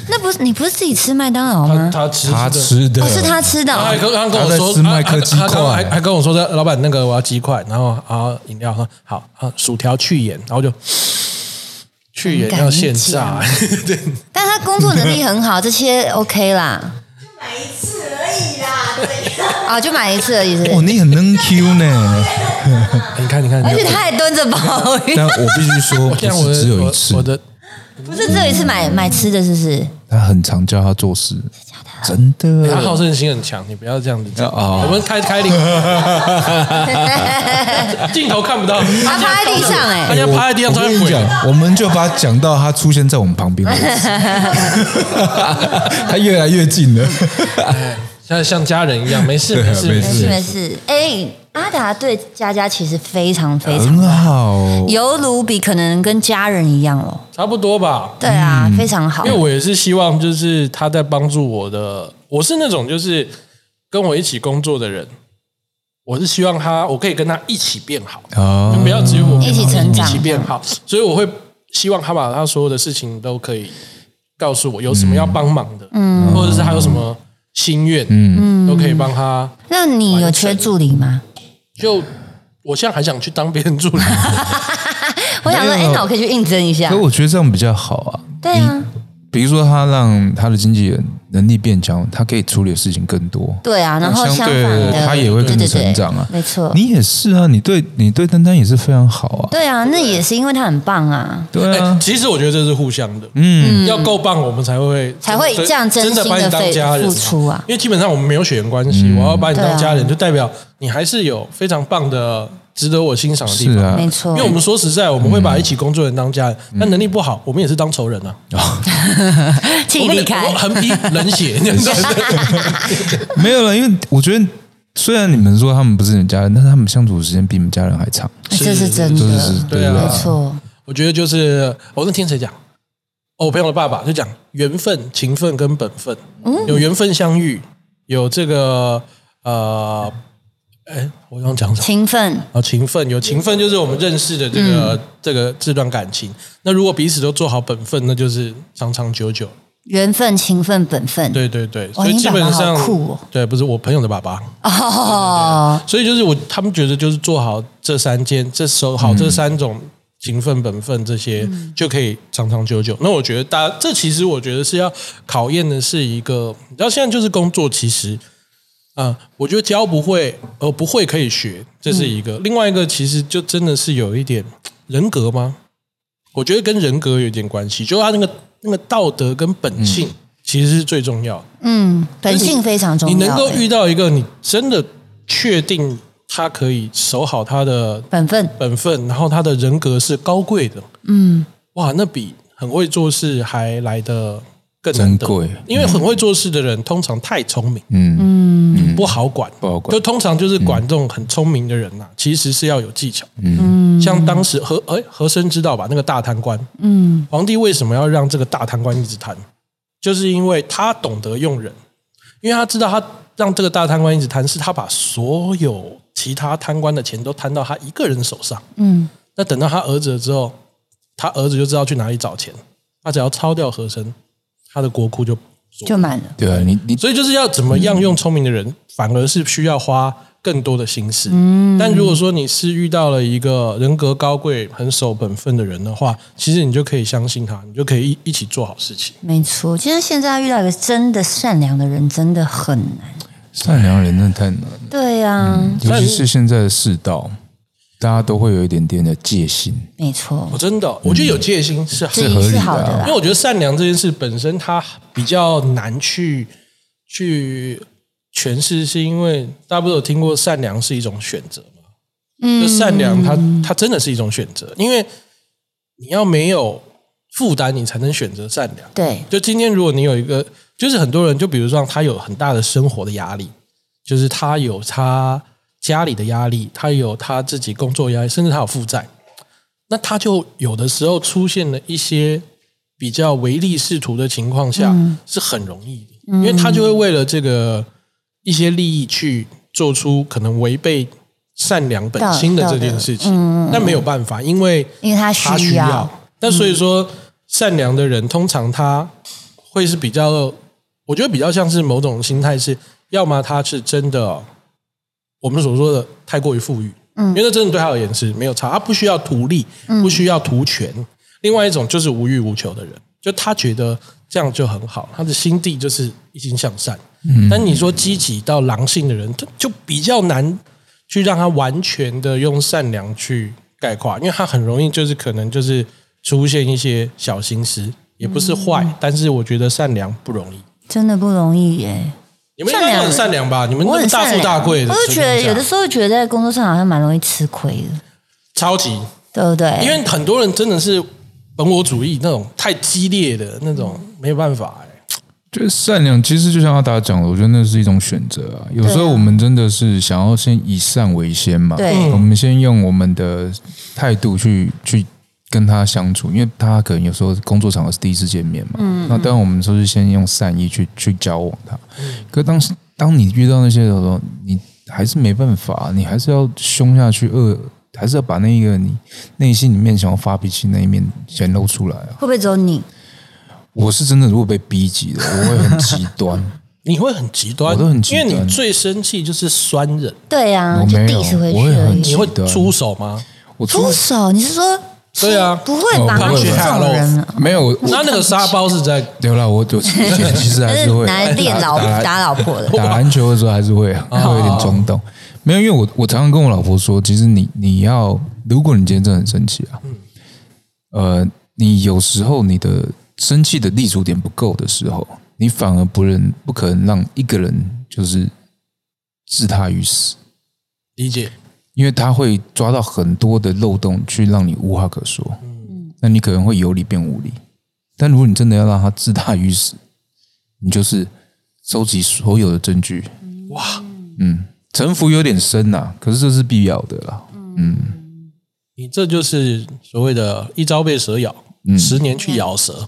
[SPEAKER 2] 那不是你不是自己吃麦当劳
[SPEAKER 1] 他
[SPEAKER 2] 吗？
[SPEAKER 1] 他吃
[SPEAKER 3] 他
[SPEAKER 1] 的。
[SPEAKER 3] 吃的
[SPEAKER 2] 哦，是他吃的
[SPEAKER 1] 然后还
[SPEAKER 2] 哦，
[SPEAKER 1] 啊跟他跟我
[SPEAKER 3] 他在
[SPEAKER 1] 说，
[SPEAKER 3] 吃麦克鸡
[SPEAKER 1] 他他他
[SPEAKER 3] 块
[SPEAKER 1] 还还跟我说，老板那个我要鸡块，然后啊饮料，说好啊薯条去盐，然后我就去盐
[SPEAKER 2] 很感
[SPEAKER 1] 要现炸
[SPEAKER 2] [laughs] 激，但他工作能力很好，这些 OK 啦，
[SPEAKER 4] 买一次而已啦，怎样？
[SPEAKER 2] 啊，就买一次而已是不是
[SPEAKER 3] 哦，你很能
[SPEAKER 2] [laughs]
[SPEAKER 3] Q 呢。
[SPEAKER 1] 你看你看，
[SPEAKER 2] 而
[SPEAKER 1] 你
[SPEAKER 2] 且他
[SPEAKER 1] 看
[SPEAKER 2] 还蹲着抱怨，
[SPEAKER 3] 但我必须说，
[SPEAKER 1] 我
[SPEAKER 3] 不
[SPEAKER 1] 现在我
[SPEAKER 3] 是
[SPEAKER 1] 的
[SPEAKER 3] 只有一
[SPEAKER 1] 我
[SPEAKER 3] 次
[SPEAKER 1] 我。的
[SPEAKER 2] 不是只有一次买买吃的，是不是？
[SPEAKER 3] 他很常叫他做事，真
[SPEAKER 1] 他好
[SPEAKER 3] 的。
[SPEAKER 1] 胜心很强，你不要这样子讲。
[SPEAKER 3] 哦
[SPEAKER 1] 我们开开
[SPEAKER 2] [laughs]
[SPEAKER 1] 领，镜头看不到，
[SPEAKER 2] 他趴在地上哎、
[SPEAKER 1] 他现在趴在地上
[SPEAKER 3] 我
[SPEAKER 1] 超
[SPEAKER 3] 跟
[SPEAKER 1] 像
[SPEAKER 3] 你
[SPEAKER 1] 鬼的。
[SPEAKER 3] 讲，我们就把他讲到他出现在我们旁边 [laughs] 为止，他越来越近
[SPEAKER 2] [laughs]
[SPEAKER 3] 了。
[SPEAKER 1] 像像家人一样，没事
[SPEAKER 3] 对啊
[SPEAKER 1] 没事
[SPEAKER 3] [laughs] 没
[SPEAKER 1] 没
[SPEAKER 3] 事
[SPEAKER 1] 事。
[SPEAKER 2] 是没事。哎、阿达对佳佳其实非常非常
[SPEAKER 3] 很好，
[SPEAKER 2] 犹如比可能跟家人一样哦。
[SPEAKER 1] 差不多吧。
[SPEAKER 2] 对啊，非常好
[SPEAKER 1] 嗯因为。我也是希望，就是他在帮助我的，我是那种就是跟我一起工作的人，我是希望他，我可以跟他一起变好，
[SPEAKER 3] 哦
[SPEAKER 1] 就不要只有我变好
[SPEAKER 2] 嗯一起成长
[SPEAKER 1] 一起变好。所以我会希望他把他所有的事情都可以告诉我，有什么要帮忙的，嗯，或者是他有什么心愿，嗯，都可以帮他。
[SPEAKER 2] 那你有缺助理吗？
[SPEAKER 1] 就我现在还想去当别人助理，
[SPEAKER 2] 我想说，哎、
[SPEAKER 3] 没有
[SPEAKER 2] 那我可以去应征一下
[SPEAKER 3] 可。我觉得这样比较好啊。
[SPEAKER 2] 对啊，
[SPEAKER 3] 比如说，他让他的经纪人能力变强，他可以处理的事情更多。
[SPEAKER 2] 对啊，然后相
[SPEAKER 3] 相
[SPEAKER 2] 反
[SPEAKER 3] 对
[SPEAKER 2] 的，
[SPEAKER 3] 他也会跟
[SPEAKER 2] 对
[SPEAKER 3] 着
[SPEAKER 2] 对对
[SPEAKER 3] 成长啊。
[SPEAKER 2] 没错。
[SPEAKER 3] 你也是啊，你对你对丹丹也是非常好啊。
[SPEAKER 2] 对啊，那也是因为他很棒啊。
[SPEAKER 3] 对
[SPEAKER 1] 哎
[SPEAKER 3] 啊，
[SPEAKER 1] 其实我觉得这是互相的，
[SPEAKER 3] 嗯，
[SPEAKER 1] 要够棒，我们才会
[SPEAKER 2] 才会这样真
[SPEAKER 1] 真
[SPEAKER 2] 心地
[SPEAKER 1] 的把你当家人
[SPEAKER 2] 付出啊
[SPEAKER 1] 因为基本上我们没有血缘关系，
[SPEAKER 3] 嗯
[SPEAKER 1] 我要把你当家
[SPEAKER 2] 对
[SPEAKER 1] 人，
[SPEAKER 2] 啊
[SPEAKER 1] 就代表你还是有非常棒的、值得我欣赏的地
[SPEAKER 3] 是
[SPEAKER 1] 方。
[SPEAKER 3] 啊，嗯
[SPEAKER 2] 没错
[SPEAKER 1] 因为我们说实在，我们会把一起工作的人当家人，但能力不好，我们也是当仇人啊。
[SPEAKER 2] 请
[SPEAKER 1] 我
[SPEAKER 2] 你
[SPEAKER 1] 们
[SPEAKER 2] 离开哎
[SPEAKER 1] 我们。横批冷血，你知道吗
[SPEAKER 3] 没有了，因为我觉得虽然你们说他们不是你们家人，但是他们相处的时间比你们家人还长，
[SPEAKER 2] 哎这是真
[SPEAKER 3] 这
[SPEAKER 2] 的，
[SPEAKER 3] 是是
[SPEAKER 1] 对啊
[SPEAKER 2] 没错。
[SPEAKER 1] 我觉得就是我是听谁讲，哦，我朋友的爸爸就讲缘分、情分跟本分，
[SPEAKER 2] 嗯
[SPEAKER 1] 有缘分相遇，有这个呃，哎，我刚刚讲什么？
[SPEAKER 2] 勤奋，
[SPEAKER 1] 啊，情分有情分就是我们认识的这
[SPEAKER 2] 嗯
[SPEAKER 1] 个、这个这段感情。那如果彼此都做好本分，那就是长长久久。
[SPEAKER 2] 缘分、勤奋、本分。
[SPEAKER 1] 对对对，
[SPEAKER 2] 哇
[SPEAKER 1] 所以
[SPEAKER 2] 你
[SPEAKER 1] 基
[SPEAKER 2] 爸
[SPEAKER 1] 本
[SPEAKER 2] 爸好
[SPEAKER 1] 上
[SPEAKER 2] 酷哦
[SPEAKER 1] 对，不是我朋友的爸爸，
[SPEAKER 2] 哦，
[SPEAKER 1] 所以就是我他们觉得就是做好这三件，这守好这三种情分、本分这些、就可以长长久久。那我觉得大家这其实我觉得是要考验的是一个，你知道现在就是工作其实。啊、我觉得教不会，呃，不会可以学，这是一个。另外一个，其实就真的是有一点人格吗？我觉得跟人格有点关系，就他那个那个道德跟本性，其实是最重要的。
[SPEAKER 2] 嗯，本性非常重要。
[SPEAKER 1] 你能够
[SPEAKER 2] 哎
[SPEAKER 1] 遇到一个你真的确定他可以守好他的
[SPEAKER 2] 本分，
[SPEAKER 1] 本分，然后他的人格是高贵的，
[SPEAKER 2] 嗯，
[SPEAKER 1] 哇，那比很会做事还来的更难
[SPEAKER 3] 珍
[SPEAKER 1] 得
[SPEAKER 3] 贵。
[SPEAKER 1] 因为很会做事的人通常太聪明，
[SPEAKER 3] 嗯，
[SPEAKER 1] 不好管，
[SPEAKER 3] 不好管嗯
[SPEAKER 1] 就通常就是管这种很聪明的人呐、啊其实是要有技巧。嗯，像当时和哎和珅知道吧，那个大贪官，
[SPEAKER 2] 嗯，
[SPEAKER 1] 皇帝为什么要让这个大贪官一直贪？就是因为他懂得用人，因为他知道他让这个大贪官一直贪，是他把所有其他贪官的钱都贪到他一个人手上。
[SPEAKER 2] 嗯，
[SPEAKER 1] 那等到他儿子了之后，他儿子就知道去哪里找钱，他只要抄掉和珅，他的国库就
[SPEAKER 2] 就满了。
[SPEAKER 3] 对啊，你你
[SPEAKER 1] 所以就是要怎么样用聪明的人，反而是需要花更多的心思。但如果说你是遇到了一个人格高贵、很守本分的人的话，其实你就可以相信他，你就可以一一起做好事情。
[SPEAKER 2] 没错，其实现在遇到一个真的善良的人真的很难。
[SPEAKER 3] 善良人真的太难了，
[SPEAKER 2] 对呀、啊，
[SPEAKER 3] 尤其是现在的世道，大家都会有一点点的戒心，
[SPEAKER 2] 没错
[SPEAKER 1] 我，哦真的，我觉得有戒心是好
[SPEAKER 2] 这
[SPEAKER 1] 的，
[SPEAKER 2] 也是
[SPEAKER 3] 合理的啊
[SPEAKER 2] 好的啦
[SPEAKER 1] 因为。我觉得善良这件事本身它比较难去去诠释，是因为大家不是有听过善良是一种选择吗？就善良它，
[SPEAKER 2] 嗯
[SPEAKER 1] 它真的是一种选择，因为你要没有负担，你才能选择善良。
[SPEAKER 2] 对，
[SPEAKER 1] 就今天，如果你有一个，就是很多人，就比如说他有很大的生活的压力，就是他有他家里的压力，他有他自己工作压力，甚至他有负债，那他就有的时候出现了一些比较唯利是图的情况下，是很容易的，因为他就会为了这个一些利益去做出可能违背善良本心的这件事情，那没有办法，因为
[SPEAKER 2] 因为他需
[SPEAKER 1] 他需
[SPEAKER 2] 要
[SPEAKER 1] 要。那所以说，善良的人通常他会是比较，我觉得比较像是某种心态是，要么他是真的我们所说的太过于富裕，嗯，因为那真的对他而言是没有差，他不需要图利，
[SPEAKER 2] 嗯
[SPEAKER 1] 不需要图权。另外一种就是无欲无求的人，就他觉得这样就很好，他的心地就是一心向善。但你说积极到狼性的人，就就比较难去让他完全的用善良去概括，因为他很容易就是可能就是出现一些小心思，也不是坏，
[SPEAKER 2] 嗯
[SPEAKER 1] 但是我觉得善良不容易。
[SPEAKER 2] 真的不容易耶。
[SPEAKER 1] 你们应该都很善良吧？你们那
[SPEAKER 2] 我
[SPEAKER 1] 么
[SPEAKER 2] 很
[SPEAKER 1] 大
[SPEAKER 2] 善
[SPEAKER 1] 富
[SPEAKER 2] 良，
[SPEAKER 1] 大贵的
[SPEAKER 2] 我
[SPEAKER 1] 情况下，
[SPEAKER 2] 就觉得有的时候觉得在工作上好像蛮容易吃亏的，
[SPEAKER 1] 超级
[SPEAKER 2] 对不对？
[SPEAKER 1] 因为很多人真的是本我主义那种太激烈的那种，没有办法、欸。
[SPEAKER 3] 就是善良，其实就像阿达讲的，我觉得那是一种选择啊。有时候我们真的是想要先以善为先嘛，
[SPEAKER 2] 对
[SPEAKER 3] 我们先用我们的态度去去跟他相处，因为他可能有时候工作场合是第一次见面嘛，那当然我们说是先用善意去去交往他。可当时当你遇到那些的时候，你还是没办法，你还是要凶下去，恶还是要把那个你内心里面想要发脾气那一面显露出来啊。
[SPEAKER 2] 会不会只有你？
[SPEAKER 3] 我是真的，如果被逼急了，我会很极 [laughs] 端。
[SPEAKER 1] 你会很极端，
[SPEAKER 3] 我都很极端
[SPEAKER 1] 因为你最生气就是酸人，
[SPEAKER 2] 对啊，
[SPEAKER 3] 我
[SPEAKER 2] 就
[SPEAKER 3] 没有
[SPEAKER 2] diss 回
[SPEAKER 3] 我
[SPEAKER 2] 去
[SPEAKER 3] 也
[SPEAKER 2] 而
[SPEAKER 3] 很
[SPEAKER 1] 你
[SPEAKER 2] 已。
[SPEAKER 1] 会
[SPEAKER 3] 极端
[SPEAKER 1] 出手吗？
[SPEAKER 3] 我
[SPEAKER 2] 出
[SPEAKER 3] 出
[SPEAKER 2] 手，你是说？
[SPEAKER 1] 对啊
[SPEAKER 2] 不会吧？
[SPEAKER 3] 哦不
[SPEAKER 2] 我
[SPEAKER 3] 会
[SPEAKER 2] 是这种人啊，
[SPEAKER 3] 没有我我
[SPEAKER 1] 那那个沙包是在
[SPEAKER 3] 对了，我我其实还
[SPEAKER 2] 就是 [laughs]
[SPEAKER 3] 会
[SPEAKER 2] 拿来练
[SPEAKER 3] [laughs]
[SPEAKER 2] 老
[SPEAKER 3] 打
[SPEAKER 2] 打老婆的。
[SPEAKER 3] 打篮球的时候还是会啊，会有点冲动。没有，因为我我常常跟我老婆说，其实你你要，如果你今天真的很生气啊，呃，你有时候你的生气的立足点不够的时候，你反而不能不可能让一个人就是置他于死，
[SPEAKER 1] 理解，
[SPEAKER 3] 因为他会抓到很多的漏洞去让你无话可说。那你可能会有理变无理。但如果你真的要让他自大于死，你就是收集所有的证据。
[SPEAKER 1] 哇，
[SPEAKER 3] 嗯，城府有点深呐、可是这是必要的啦。
[SPEAKER 1] 你这就是所谓的一朝被蛇咬，
[SPEAKER 3] 嗯
[SPEAKER 1] 十年去咬蛇。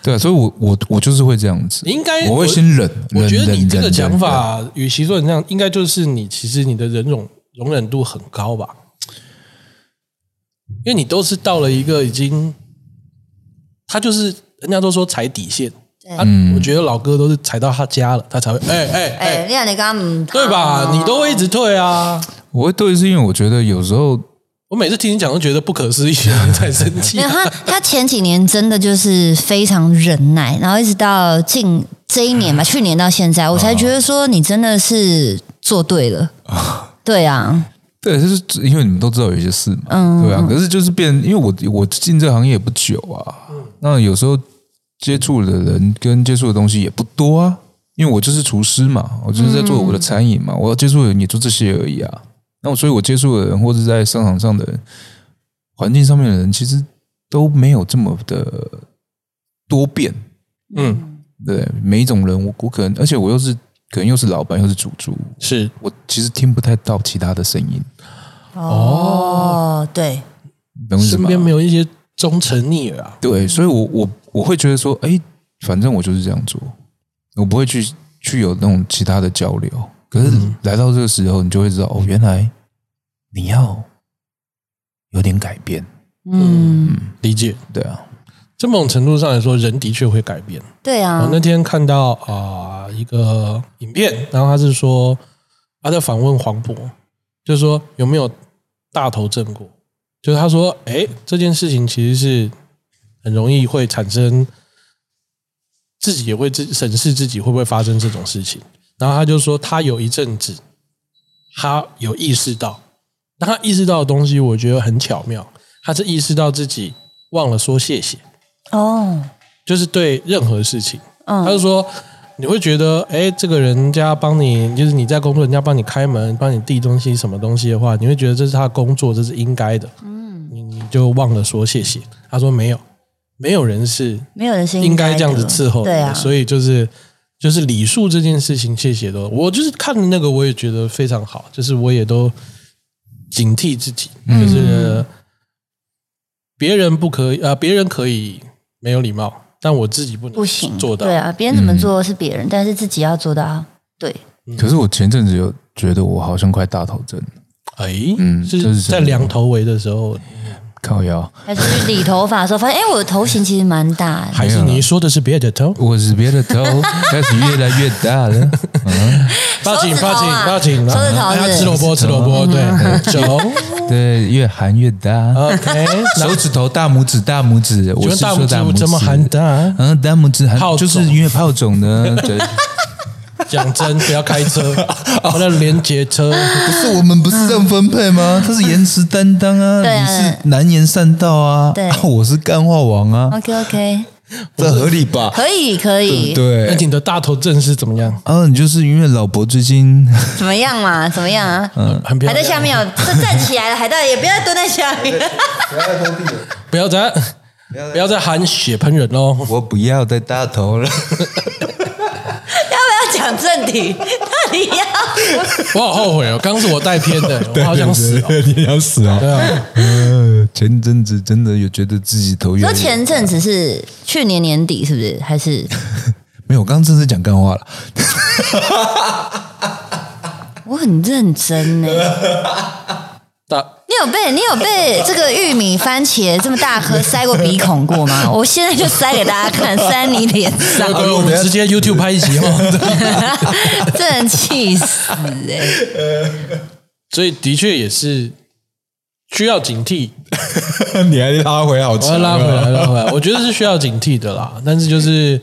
[SPEAKER 3] 对啊，所以我我我就是会这样子。
[SPEAKER 1] 你应该
[SPEAKER 3] 我会先忍，
[SPEAKER 1] 我
[SPEAKER 3] 忍
[SPEAKER 1] 觉得你
[SPEAKER 3] 忍
[SPEAKER 1] 这个
[SPEAKER 3] 忍
[SPEAKER 1] 讲
[SPEAKER 3] 忍
[SPEAKER 1] 法，与其说你这样，应该就是你其实你的忍容容忍度很高吧，因为你都是到了一个已经，他就是人家都说踩底线，啊，我觉得老哥都是踩到他家了，他才会哎 [laughs] 哎
[SPEAKER 2] 哎，哦
[SPEAKER 1] 哎，
[SPEAKER 2] 你看你刚刚
[SPEAKER 1] 对吧？你都会一直退啊。
[SPEAKER 3] 我会对，是因为我觉得有时候
[SPEAKER 1] 我每次听你讲都觉得不可思议，你才生气啊
[SPEAKER 2] 没有。他，他前几年真的就是非常忍耐，然后一直到近这一
[SPEAKER 1] [laughs]
[SPEAKER 2] 年吧，去年到现在，我
[SPEAKER 1] 哦
[SPEAKER 2] 才觉得说你真的是做对了。
[SPEAKER 1] 哦
[SPEAKER 2] [laughs] 对啊，嗯
[SPEAKER 3] 对，就是因为你们都知道有一些事嘛，
[SPEAKER 1] 嗯
[SPEAKER 3] 对啊。可是就是变，因为我我进这行业也不久啊，
[SPEAKER 1] 嗯
[SPEAKER 3] 那有时候接触的人跟接触的东西也不多啊。因为我就是厨师嘛，我就是在做我的餐饮
[SPEAKER 1] 嗯
[SPEAKER 3] 嘛，我要接触的人也就这些而已啊。那我所以，我接触的人或者在商场上的人、环境上面的人，其实都没有这么的多变。
[SPEAKER 1] 嗯，
[SPEAKER 3] 对，每一种人，我我可能，而且我又是可能又是老板，又是主厨，
[SPEAKER 1] 是
[SPEAKER 3] 我其实听不太到其他的声音，
[SPEAKER 2] 哦，对，
[SPEAKER 3] 你懂我意思
[SPEAKER 1] 身
[SPEAKER 3] 吗？
[SPEAKER 1] 边没有一些忠臣逆耳啊。
[SPEAKER 3] 对，所以我我我会觉得说，哎，反正我就是这样做，我不会去去有那种其他的交流。可是
[SPEAKER 1] 嗯
[SPEAKER 3] 来到这个时候，你就会知道，哦，原来你要有点改变，
[SPEAKER 2] 嗯，
[SPEAKER 1] 理解，
[SPEAKER 3] 对啊，
[SPEAKER 1] 这某种程度上来说，人的确会改变。
[SPEAKER 2] 对
[SPEAKER 1] 我
[SPEAKER 2] 啊
[SPEAKER 1] 哦那，天看到啊、一个影片，然后他是说他在访问黄渤，就是说有没有大头症过？就是他说，哎，这件事情其实是很容易会产生自己也会自审视自己会不会发生这种事情。然后他就说，他有一阵子他有意识到，那他意识到的东西，我觉得很巧妙，他是意识到自己忘了说谢谢。
[SPEAKER 2] 哦，
[SPEAKER 1] 就是对任何事情，
[SPEAKER 2] 嗯
[SPEAKER 1] 他就说你会觉得，哎，这个人家帮你，就是你在工作，人家帮你开门，帮你递东西什么东西的话，你会觉得这是他的工作，这是应该的，嗯，你你就忘了说谢谢。他说没有，没有人是
[SPEAKER 2] 没有人是
[SPEAKER 1] 应该
[SPEAKER 2] 的
[SPEAKER 1] 这样子伺候你的，
[SPEAKER 2] 对啊，
[SPEAKER 1] 所以就是。就是礼数这件事情，谢谢都，我就是看的那个，我也觉得非常好，就是我也都警惕自己，就是别人不可以，呃，别人可以没有礼貌，但我自己不能
[SPEAKER 2] 不行啊
[SPEAKER 1] 做到。
[SPEAKER 2] 对啊，别人怎么做是别人，但是自己要做到对，
[SPEAKER 1] 嗯
[SPEAKER 3] 可是我前阵子有觉得我好像快大头症，
[SPEAKER 1] 哎，
[SPEAKER 3] 嗯这
[SPEAKER 1] 是
[SPEAKER 3] 是
[SPEAKER 1] 在
[SPEAKER 3] 真的
[SPEAKER 1] 量头围的时候，
[SPEAKER 3] 靠腰，
[SPEAKER 2] 还是去理头发的时候发现，哎、我的头型其实蛮
[SPEAKER 1] [laughs]
[SPEAKER 2] 大的。
[SPEAKER 1] 还是你说的是别的头？
[SPEAKER 3] 我是别的头开始越来越大了，嗯
[SPEAKER 1] 报警！
[SPEAKER 2] 手指头
[SPEAKER 1] 报警！
[SPEAKER 2] 啊
[SPEAKER 1] 报警！
[SPEAKER 2] 手指头
[SPEAKER 1] 啊
[SPEAKER 2] 是不是
[SPEAKER 1] 吃萝卜，吃萝
[SPEAKER 3] 嗯
[SPEAKER 1] 卜，对，九
[SPEAKER 3] 对，越含越大。 [laughs]
[SPEAKER 1] ，OK，
[SPEAKER 3] 手指头、大拇指、大拇指，我
[SPEAKER 1] 啊请
[SPEAKER 3] 是
[SPEAKER 1] 问大
[SPEAKER 3] 说
[SPEAKER 1] 拇
[SPEAKER 3] 大
[SPEAKER 1] 指
[SPEAKER 3] 拇指
[SPEAKER 1] 怎么啊含大？
[SPEAKER 3] 嗯，大拇指含
[SPEAKER 1] 泡
[SPEAKER 3] 就是
[SPEAKER 1] 肿
[SPEAKER 3] 因为泡肿呢。对，
[SPEAKER 1] 讲真，不要开
[SPEAKER 3] [laughs]
[SPEAKER 1] 车，我的连接车。
[SPEAKER 3] 不是我们不是这样分配吗？他是延迟担当
[SPEAKER 2] 嗯
[SPEAKER 3] 啊，
[SPEAKER 2] 对啊
[SPEAKER 3] 你是难言善道啊，
[SPEAKER 2] 对哦
[SPEAKER 3] 啊我是干话王啊，
[SPEAKER 2] OK OK，
[SPEAKER 3] 这合理吧？
[SPEAKER 2] 可以可
[SPEAKER 1] 那
[SPEAKER 2] 以，
[SPEAKER 3] 嗯对，
[SPEAKER 1] 你的大头症是怎么样？
[SPEAKER 3] 啊，你就是因为老伯最近
[SPEAKER 2] 怎么样嘛？怎么样啊？
[SPEAKER 1] 嗯
[SPEAKER 3] 嗯
[SPEAKER 1] 很漂
[SPEAKER 2] 还在
[SPEAKER 1] 亮，
[SPEAKER 2] 下面哦，这站起来了，还在也不 [laughs] 要蹲在下面。
[SPEAKER 1] 不要再不要再喊血喷人喽！
[SPEAKER 3] [laughs] 我不要再大头了，
[SPEAKER 2] 要不要讲正题？到底要？
[SPEAKER 1] 我好后悔哦，刚刚是我带偏的，我好想死哦。
[SPEAKER 3] [laughs] [laughs] 对，对对你想死啊！
[SPEAKER 1] 对啊，
[SPEAKER 3] 呃前阵子真的有觉得自己头
[SPEAKER 2] 说
[SPEAKER 3] 晕，
[SPEAKER 2] 前阵子是去年年底，是不是？还是
[SPEAKER 3] 没有，我刚刚真是讲干话了，
[SPEAKER 2] [laughs] 我很认真呢、
[SPEAKER 3] 啊
[SPEAKER 1] 大
[SPEAKER 2] 你有被你有被这个玉米番茄这么大颗塞过鼻孔过吗？我现在就塞给大家看，塞你脸上
[SPEAKER 1] 各，位，我们直接 YouTube 拍一集
[SPEAKER 3] [laughs]
[SPEAKER 1] 哦。
[SPEAKER 2] 真的气死哎、
[SPEAKER 1] 所以的确也是需要警惕，
[SPEAKER 3] [laughs] 你还拉回来，
[SPEAKER 1] 我要
[SPEAKER 3] 好啊
[SPEAKER 1] 哦拉回来，拉回来。我觉得是需要警惕的啦，但是就是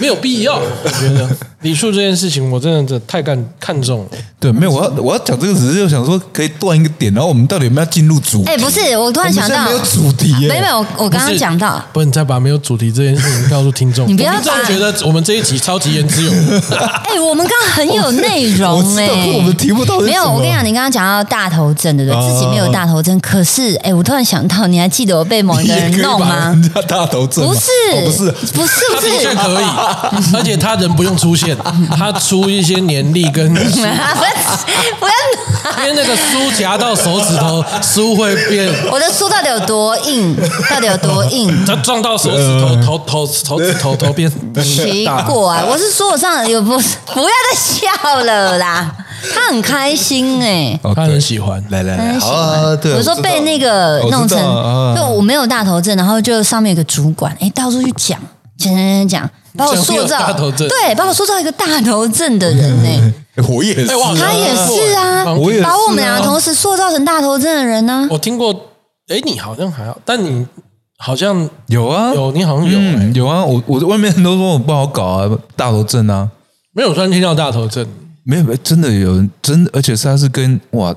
[SPEAKER 1] 没有必要。我觉得礼数这件事情，我真的真的太看看重了。
[SPEAKER 3] 对，没有，我要我要讲这个，只是想说可以断一个点，然后我们到底有没有要进入主题？
[SPEAKER 2] 哎不是我突然想到
[SPEAKER 3] 我们现在没有主题耶，
[SPEAKER 2] 没有没有，我我刚
[SPEAKER 1] 不
[SPEAKER 2] 刚
[SPEAKER 1] 是
[SPEAKER 2] 讲到，
[SPEAKER 1] 不能再把没有主题这件事情告诉听众。
[SPEAKER 2] 你不要
[SPEAKER 1] 我真的
[SPEAKER 2] 把
[SPEAKER 1] 觉得我们这一集超级言之有物，
[SPEAKER 2] 哎、我们刚刚很有内
[SPEAKER 3] [laughs] 我
[SPEAKER 2] 容
[SPEAKER 3] 知
[SPEAKER 2] 哎、
[SPEAKER 3] 道可我们题目到底是
[SPEAKER 2] 没有，
[SPEAKER 3] 什么
[SPEAKER 2] 我跟你讲，你刚刚讲到大头症，对不对？
[SPEAKER 3] 哦
[SPEAKER 2] 自己没有大头症，可是哎、我突然想到，你还记得我被某一个人
[SPEAKER 3] 你也可以
[SPEAKER 2] 弄
[SPEAKER 3] 把
[SPEAKER 2] 吗
[SPEAKER 3] 人？家大头症吗
[SPEAKER 2] 不是，
[SPEAKER 3] 哦不是，
[SPEAKER 2] 不是，
[SPEAKER 1] [laughs] 他
[SPEAKER 2] 不
[SPEAKER 1] 的确
[SPEAKER 2] 是，
[SPEAKER 1] 可以，而且他人不用出现，他出一些年历跟书，
[SPEAKER 2] 不要，
[SPEAKER 1] 因为那个书夹到手指头，书会变。
[SPEAKER 2] 我的书到底有多硬？到底有多硬？
[SPEAKER 3] [laughs]
[SPEAKER 1] 他撞到手指
[SPEAKER 3] 呃
[SPEAKER 1] 头，头头头指头头变
[SPEAKER 2] 奇
[SPEAKER 1] 大。
[SPEAKER 2] 怪，我是说我上有不不要再笑了啦，他很开心哎、
[SPEAKER 3] 哦
[SPEAKER 1] 他很喜欢
[SPEAKER 3] 对来来
[SPEAKER 2] 很
[SPEAKER 3] 来，
[SPEAKER 2] 喜
[SPEAKER 3] 好
[SPEAKER 2] 欢
[SPEAKER 3] 啊，对，
[SPEAKER 2] 我说
[SPEAKER 3] 知道
[SPEAKER 2] 被那个弄成，
[SPEAKER 3] 我知道啊
[SPEAKER 2] 就我没有大头症，然后就上面有个主管，哎，到处去讲讲讲讲讲，把我塑
[SPEAKER 1] 讲你有大
[SPEAKER 2] 造
[SPEAKER 1] 头症
[SPEAKER 2] 对，把我塑造一个大头症的人呢，
[SPEAKER 3] 我也是
[SPEAKER 1] 哎，我好像
[SPEAKER 2] 他也是啊
[SPEAKER 1] 我
[SPEAKER 3] 也是啊
[SPEAKER 2] 把我们两个同时塑造成大头症的人啊呢，
[SPEAKER 1] [laughs] 我听过，哎，你好像还好，但你好像
[SPEAKER 3] 有啊，
[SPEAKER 1] 有，你好像有，
[SPEAKER 3] 嗯有啊，我我外面人都说我不好搞啊，大头症啊，
[SPEAKER 1] 没有突然听到大头症，
[SPEAKER 3] 没有，没有真的有人真的，而且是他是跟哇，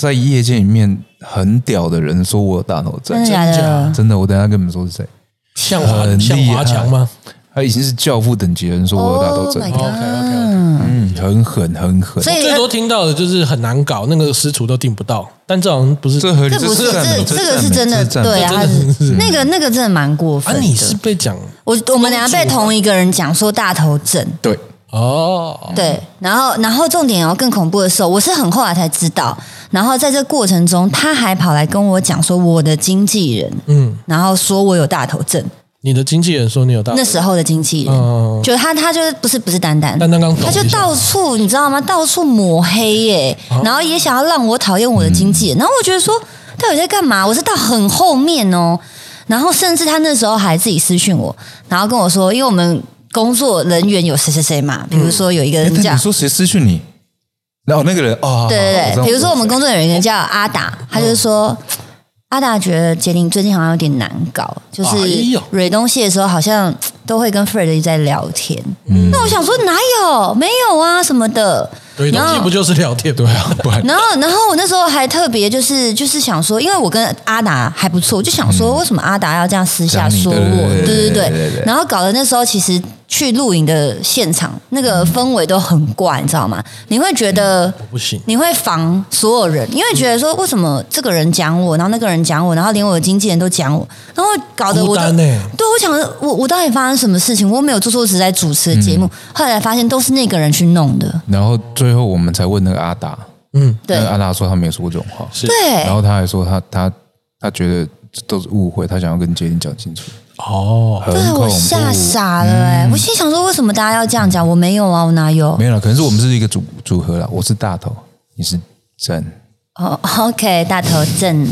[SPEAKER 3] 在业界里面很屌的人说我有大头症
[SPEAKER 2] 真的，假的？
[SPEAKER 3] 真的，我等一下跟你们说是谁。
[SPEAKER 1] 像华
[SPEAKER 3] 很厉
[SPEAKER 1] 像
[SPEAKER 3] 害
[SPEAKER 1] 华强吗？
[SPEAKER 3] 他已经是教父等级的人，说我有大头
[SPEAKER 2] Oh
[SPEAKER 3] 症
[SPEAKER 2] my
[SPEAKER 1] 哦，OK，OK，OK
[SPEAKER 2] god！
[SPEAKER 3] 嗯，很狠，很狠。
[SPEAKER 2] 所以
[SPEAKER 1] 最多听到的就是很难搞，那个师徒都订不到，但这好像不是
[SPEAKER 3] 这合理，
[SPEAKER 2] 这不是
[SPEAKER 3] 赞
[SPEAKER 2] 这
[SPEAKER 3] 美
[SPEAKER 2] 这个是
[SPEAKER 3] 赞
[SPEAKER 2] 真
[SPEAKER 3] 美
[SPEAKER 2] 的，
[SPEAKER 3] 这是赞美
[SPEAKER 2] 对啊，他是那个那个真的蛮过
[SPEAKER 1] 啊
[SPEAKER 2] 分，的。
[SPEAKER 1] 你是被讲
[SPEAKER 2] 我我们俩被同一个人讲说大头症，
[SPEAKER 3] 对，
[SPEAKER 1] 哦，
[SPEAKER 2] 对，然后然后重点哦，更恐怖的是哦，我是很后来才知道，然后在这过程中，他还跑来跟我讲说我的经纪人，
[SPEAKER 1] 嗯，
[SPEAKER 2] 然后说我有大头症，
[SPEAKER 1] 你的经纪人说你有大头
[SPEAKER 2] 那
[SPEAKER 1] 症，
[SPEAKER 2] 时候的经纪人，
[SPEAKER 1] 嗯
[SPEAKER 2] 就他他就是不是不是丹丹，
[SPEAKER 1] 丹丹刚懂
[SPEAKER 2] 他就
[SPEAKER 1] 一下
[SPEAKER 2] 到处你知道吗？到处抹黑耶、然后也想要让我讨厌我的经纪人，然后我觉得说到底在干嘛？我是到很后面哦，然后甚至他那时候还自己私讯我，然后跟我说，因为我们工作人员有谁谁谁嘛，比如说有一个
[SPEAKER 3] 哎
[SPEAKER 2] 人
[SPEAKER 3] 但
[SPEAKER 2] 叫
[SPEAKER 3] 你。说谁失去你？然后那个人哦，
[SPEAKER 2] 对对
[SPEAKER 3] 好好
[SPEAKER 2] 对，比如说我们
[SPEAKER 3] 知道嗯
[SPEAKER 2] 工作人员叫阿达，他就说。阿达觉得杰林最近好像有点难搞，就是
[SPEAKER 3] 啊
[SPEAKER 1] 哎呦
[SPEAKER 2] 蕊东西的时候，好像都会跟 Fred 在聊天。
[SPEAKER 3] 嗯
[SPEAKER 2] 那我想说哪有没有啊什么的。
[SPEAKER 1] 对，
[SPEAKER 2] 然
[SPEAKER 1] 东西
[SPEAKER 2] 后
[SPEAKER 1] 不就是聊天对啊？不然
[SPEAKER 2] 然后，然后我那时候还特别就是就是想说，因为我跟阿达还不错，我就想说为什么阿达要这样私下
[SPEAKER 3] 嗯讲你
[SPEAKER 2] 说我？对
[SPEAKER 3] 对对对对对
[SPEAKER 2] 对
[SPEAKER 3] 对对。
[SPEAKER 2] 然后搞得那时候其实去录影的现场那个氛围都很怪，你知道吗？你会觉得
[SPEAKER 1] 不行，
[SPEAKER 2] 你会防所有人，因为觉得说为什么这个人讲我，然后那个人讲我，然后连我的经纪人都讲我，然后搞得我
[SPEAKER 1] 孤
[SPEAKER 2] 就、
[SPEAKER 1] 单欸呢。
[SPEAKER 2] 对我想说我我到底发生什么事情？我没有做错，只是在主持节目。后来发现都是那个人去弄的，
[SPEAKER 3] 然后最后我们才问那个阿达，
[SPEAKER 1] 嗯，
[SPEAKER 2] 对啊
[SPEAKER 3] 那个阿达说他没有说过这种话，
[SPEAKER 1] 是
[SPEAKER 2] 对
[SPEAKER 3] 然后他还说他他他觉得这都是误会，他想要跟杰林讲清楚，
[SPEAKER 1] 哦，
[SPEAKER 3] 很
[SPEAKER 2] 对
[SPEAKER 3] 恐
[SPEAKER 2] 我
[SPEAKER 3] 怖。
[SPEAKER 2] 吓傻了哎、我心想说，为什么大家要这样讲？我没有啊，我哪有
[SPEAKER 3] 没？有了，可能是我们是一个组组合了，我是大头，你是真，
[SPEAKER 2] 哦、o [laughs] k 大头正，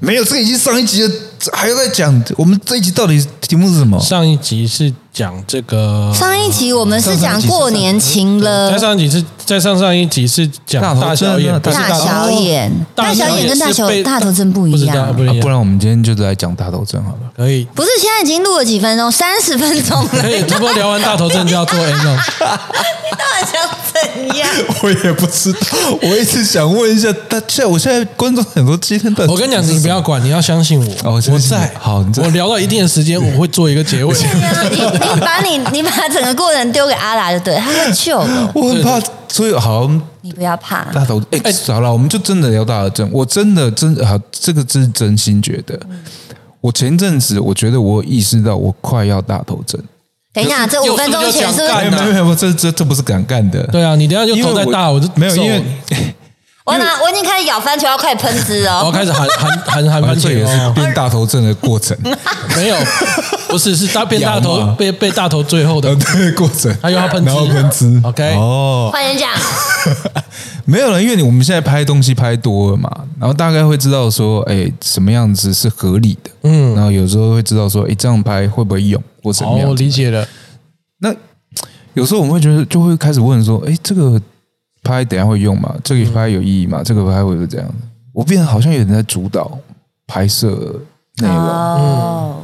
[SPEAKER 3] 没有，这个已经上一集了，这还要再讲，我们这一集到底题目是什啊么？
[SPEAKER 1] 上一集是讲这
[SPEAKER 2] [laughs]
[SPEAKER 1] 个，
[SPEAKER 2] 上一集我们是
[SPEAKER 3] 上上
[SPEAKER 2] 讲
[SPEAKER 3] 一集是
[SPEAKER 2] 过年情
[SPEAKER 1] 再
[SPEAKER 2] 了，
[SPEAKER 1] 上一集是再上上一集是讲
[SPEAKER 3] 大头
[SPEAKER 1] 大小眼，
[SPEAKER 3] 症啊
[SPEAKER 1] 不是
[SPEAKER 2] 大
[SPEAKER 1] 头
[SPEAKER 2] 小眼，
[SPEAKER 1] 大
[SPEAKER 2] 大
[SPEAKER 1] 小
[SPEAKER 2] 小眼跟大
[SPEAKER 1] 是
[SPEAKER 2] 小
[SPEAKER 1] 被
[SPEAKER 2] 大头正不
[SPEAKER 1] 不
[SPEAKER 2] 一
[SPEAKER 1] 知道
[SPEAKER 2] 样。
[SPEAKER 1] 不一
[SPEAKER 3] 啊
[SPEAKER 1] 样，
[SPEAKER 3] 不然我们今天就来讲大头症好了。
[SPEAKER 1] 可以
[SPEAKER 2] 不是，现在已经录了几分钟，三十分钟了， [laughs]
[SPEAKER 1] 可以，直播聊完大头症就要做 N 了。
[SPEAKER 2] 到底想怎样？
[SPEAKER 3] 我也不知道，我一直想问一下大家，我现在观众很多今天的，
[SPEAKER 1] 我跟你讲，你不要管，你要相信我，
[SPEAKER 3] 哦我相
[SPEAKER 1] 我
[SPEAKER 3] 信
[SPEAKER 1] 在。
[SPEAKER 3] 你好你在
[SPEAKER 1] 我聊到一定的时间，我会做一个
[SPEAKER 3] [laughs]
[SPEAKER 1] 结尾。
[SPEAKER 2] 你你把你你把整个过程丢给阿达就对，他会救的，
[SPEAKER 3] 我很怕，所以好，我们
[SPEAKER 2] 你不要
[SPEAKER 3] [laughs]
[SPEAKER 2] 怕。
[SPEAKER 3] 大头，哎、好了，我们就真的聊大头症，我真的真好，这个是真心觉得。
[SPEAKER 1] 嗯
[SPEAKER 3] 我前阵子我觉得我有意识到我快要大头症，
[SPEAKER 2] 等一下，这
[SPEAKER 1] 又
[SPEAKER 2] 五分钟
[SPEAKER 1] 又
[SPEAKER 2] 前
[SPEAKER 1] 想
[SPEAKER 2] 是不
[SPEAKER 1] 干
[SPEAKER 2] 是
[SPEAKER 1] 的
[SPEAKER 3] 没有没有，这这这不是敢干的，
[SPEAKER 1] 哎对啊，你等一下就
[SPEAKER 3] 因为
[SPEAKER 1] 头再大，我就
[SPEAKER 3] 没有，
[SPEAKER 1] 揍
[SPEAKER 3] 因为
[SPEAKER 1] 你
[SPEAKER 2] 我拿我已经开始咬番茄，要快喷汁
[SPEAKER 1] 然后
[SPEAKER 3] [laughs]
[SPEAKER 2] 哦。
[SPEAKER 1] 开始
[SPEAKER 2] [laughs]
[SPEAKER 1] 喊喊喊喊
[SPEAKER 3] 反
[SPEAKER 1] 番
[SPEAKER 3] 正这
[SPEAKER 1] 茄
[SPEAKER 3] 也是
[SPEAKER 1] 哦，
[SPEAKER 3] 变大头症的
[SPEAKER 1] [laughs]
[SPEAKER 3] 过程，呃
[SPEAKER 1] 没有，不是是大变大
[SPEAKER 3] [laughs] 咬
[SPEAKER 1] 头
[SPEAKER 3] 嘛
[SPEAKER 1] 被被大头最后的
[SPEAKER 3] 呃，，对过程，
[SPEAKER 1] 他又要喷汁
[SPEAKER 3] 然后喷汁
[SPEAKER 1] OK
[SPEAKER 3] 哦，
[SPEAKER 2] 换人讲，
[SPEAKER 3] 没有了，因为你我们现在拍东西拍多了嘛，然后大概会知道说，哎，什么样子是合理的，嗯，然后有时候会知道说，哎，这样拍会不会用或什
[SPEAKER 1] 好，
[SPEAKER 3] 么样
[SPEAKER 1] 我
[SPEAKER 3] 子
[SPEAKER 1] 哦理解了。
[SPEAKER 3] 那有时候我们会觉得，就会开始问说，哎，这个拍等一下会用吗？这个拍有意义吗？这个拍会不会这样？我变得好像有人在主导拍摄内容，
[SPEAKER 2] 哦，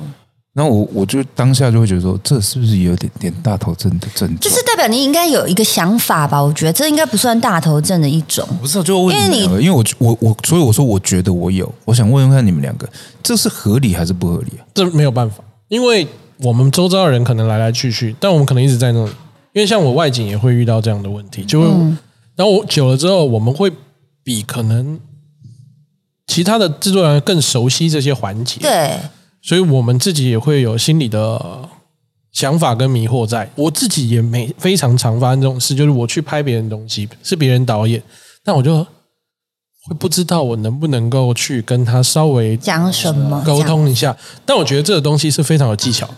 [SPEAKER 3] 然后我我就当下就会觉得说，这是不是有点点大头症的症
[SPEAKER 2] 就
[SPEAKER 3] 状？
[SPEAKER 2] 是代表你应该有一个想法吧？我觉得这应该不算大头症的一种。
[SPEAKER 3] 不是，就问
[SPEAKER 2] 因为
[SPEAKER 3] 你们呃两个，因为我我我，所以我说我觉得我有，我想问问看你们两个，这是合理还是不合理啊？
[SPEAKER 1] 这没有办法，因为我们周遭的人可能来来去去，但我们可能一直在那里。因为像我外景也会遇到这样的问题，就会，然后我久了之后，我们会比可能其他的制作人更熟悉这些环节，
[SPEAKER 2] 对，
[SPEAKER 1] 所以我们自己也会有心里的呃想法跟迷惑在。我自己也没非常常发生这种事，就是我去拍别人的东西，是别人导演，但我就会不知道我能不能够去跟他稍微
[SPEAKER 2] 讲什么？
[SPEAKER 1] 沟通一下。但我觉得这个东西是非常有技巧，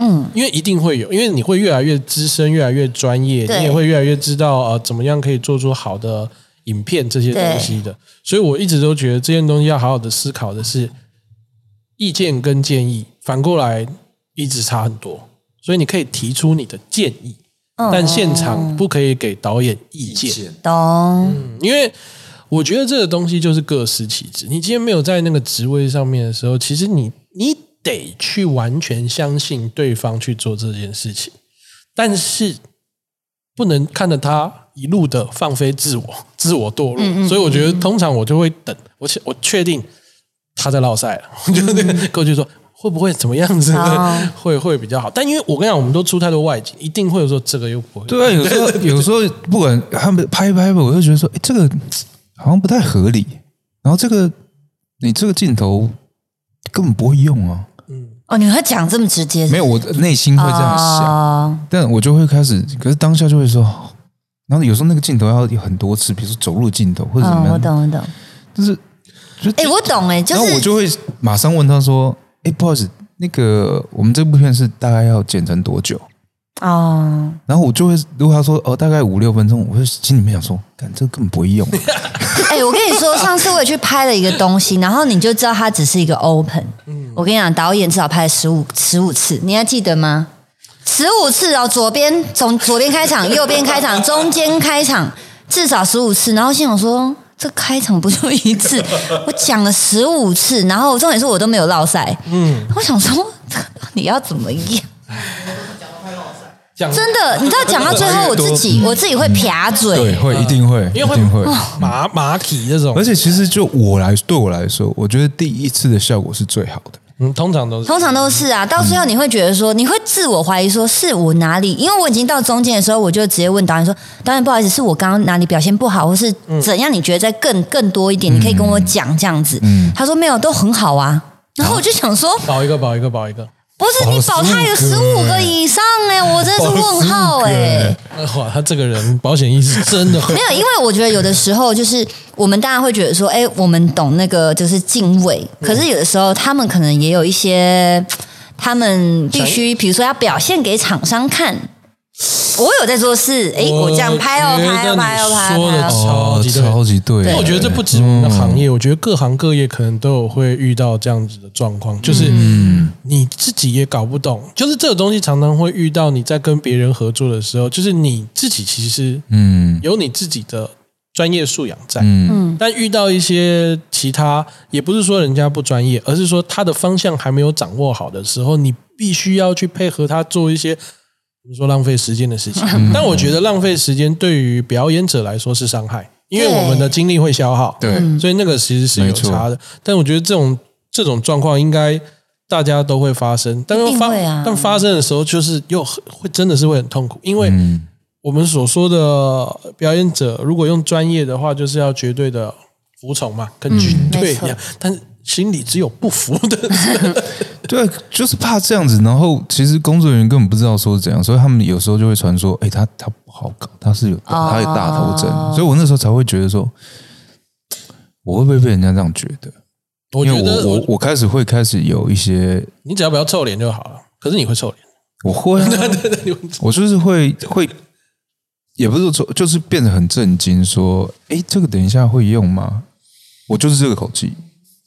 [SPEAKER 1] 嗯，因为一定会有，因为你会越来越资深，越来越专业，
[SPEAKER 2] 对
[SPEAKER 1] 你也会越来越知道呃怎么样可以做出好的影片这些东西的。所以我一直都觉得这件东西要好好的思考的是意见跟建议，反过来一直差很多。所以你可以提出你的建议，但现场不可以给导演意见。
[SPEAKER 2] 这样懂？
[SPEAKER 1] 因为我觉得这个东西就是各司其职。你今天没有在那个职位上面的时候，其实你你得去完全相信对方去做这件事情，但是不能看着他一路的放飞自我、自我堕落。
[SPEAKER 2] 嗯
[SPEAKER 1] 所以我觉得通常我就会等，我确我确定他在落赛了， [laughs] 我就那个过去说。会不会怎么样子
[SPEAKER 2] 嗯哦
[SPEAKER 1] 呢？ [laughs] 会会比较好，但因为我跟你讲，我们都出太多外景，一定会有说这个又不会，
[SPEAKER 3] 对啊，有时候有时候不管他们拍一拍吧，我就觉得说，哎，这个嘖好像不太合理。然后这个你这个镜头根本不会用啊，
[SPEAKER 2] 哦，你会讲这么直接？
[SPEAKER 3] 没有，我内心会这样想，
[SPEAKER 2] 哦，
[SPEAKER 3] 但我就会开始，可是当下就会说，哦然后有时候那个镜头要有很多次，比如说走路镜头或者怎么
[SPEAKER 2] 嗯，我
[SPEAKER 3] 样，
[SPEAKER 2] 懂，我懂。
[SPEAKER 3] 就是就
[SPEAKER 2] 哎，我懂哎，就
[SPEAKER 3] 然后我
[SPEAKER 2] 是
[SPEAKER 3] 就会马上问他说：“哎、不好意思，那个我们这部片是大概要剪成多久
[SPEAKER 2] 哦，？”
[SPEAKER 3] 然后我就会，如果他说哦大概五六分钟，我就心里面想说，干这个根本不会用、啊
[SPEAKER 2] [laughs] 哎，我跟你说，上次我也去拍了一个东西，然后你就知道它只是一个 open。我跟你讲，导演至少拍了十五十五次，你还记得吗？十五次哦，左边从左边开场，右边开场，中间开场，至少十五次。然后心想说，这开场不就一次？我讲了十五次，然后重点是我都没有落赛。嗯，我想说，你要怎么样？
[SPEAKER 1] 这样
[SPEAKER 2] 真的，你知道讲到最后，我自己我自己会撇
[SPEAKER 1] [laughs]
[SPEAKER 2] 嘴。
[SPEAKER 3] 会一定会，
[SPEAKER 1] 嗯因为会哦马马体这种
[SPEAKER 3] 而，且其实就我来对我来说，我觉得第一次的效果是最好的。
[SPEAKER 1] 嗯，通常都是
[SPEAKER 2] 通常都是啊，到最后你会觉得说，你会自我怀疑说是我哪里？因为我已经到中间的时候，我就直接问导演说：“导演，不好意思，是我刚刚哪里表现不好，或是怎样？你觉得再更更多一点，你可以跟我讲这样子。他说：“没有，都很好啊。”然后我就想说，
[SPEAKER 1] 保一个，保一个，保一个。
[SPEAKER 2] 不是
[SPEAKER 3] 保
[SPEAKER 2] 你保他有十
[SPEAKER 3] 15
[SPEAKER 2] 五
[SPEAKER 3] 个
[SPEAKER 2] 个以上哎、我真的是
[SPEAKER 3] 保
[SPEAKER 2] 问号
[SPEAKER 3] 15个
[SPEAKER 2] 哎、
[SPEAKER 1] 哇，他这个人保险意识真的很
[SPEAKER 2] [laughs] 没有，因为我觉得有的时候就是我们大家会觉得说，哎、我们懂那个就是敬畏，可是有的时候他们可能也有一些，他们必须，比如说要表现给厂商看，我有在做事，哎、我这样拍哦，拍哦，拍哦，拍
[SPEAKER 1] 我觉得你说
[SPEAKER 2] 哦
[SPEAKER 1] 得超
[SPEAKER 2] 拍哦。
[SPEAKER 1] 级对
[SPEAKER 3] 超级对，
[SPEAKER 1] 因为我觉得这不止我们的行业，我觉得各行各业可能都有会遇到这样子的状况，就是你自己也搞不懂，就是这个东西常常会遇到你在跟别人合作的时候，就是你自己其实
[SPEAKER 3] 嗯
[SPEAKER 1] 有你自己的专业素养在，
[SPEAKER 3] 嗯
[SPEAKER 1] 但遇到一些其他，也不是说人家不专业，而是说他的方向还没有掌握好的时候，你必须要去配合他做一些，比如说浪费时间的事情。但我觉得浪费时间对于表演者来说是伤害，因为
[SPEAKER 2] 对
[SPEAKER 1] 我们的精力会消耗，
[SPEAKER 3] 对
[SPEAKER 2] 嗯
[SPEAKER 1] 所以那个其实是有
[SPEAKER 3] 没错
[SPEAKER 1] 差的。但我觉得这种这种状况应该。大家都会发生，但
[SPEAKER 2] 一
[SPEAKER 1] 是
[SPEAKER 2] 定
[SPEAKER 1] 发、
[SPEAKER 2] 会啊
[SPEAKER 1] 但发生的时候，就是又很会真的是会很痛苦，因为
[SPEAKER 3] 嗯
[SPEAKER 1] 我们所说的表演者，如果用专业的话，就是要绝对的服从嘛，跟军队
[SPEAKER 2] 嗯没
[SPEAKER 1] 一
[SPEAKER 2] 错
[SPEAKER 1] 样。但是心里只有不服
[SPEAKER 3] [laughs]
[SPEAKER 1] 的，
[SPEAKER 3] 对，啊就是怕这样子。然后其实工作人员根本不知道说是怎样，所以他们有时候就会传说，哎，他他不好搞，他是有
[SPEAKER 2] 哦
[SPEAKER 3] 他有大头症。所以我那时候才会觉得说，我会不会被人家这样觉得？
[SPEAKER 1] 我
[SPEAKER 3] 因为
[SPEAKER 1] 觉
[SPEAKER 3] 我
[SPEAKER 1] 得
[SPEAKER 3] 我
[SPEAKER 1] 我
[SPEAKER 3] 我开始会开始有一些，
[SPEAKER 1] 你只要不要臭脸就好了。可是你会臭脸，
[SPEAKER 3] 我会、啊，我就是会会，也不是说就是变得很震惊，说，哎，这个等一下会用吗？我就是这个口气，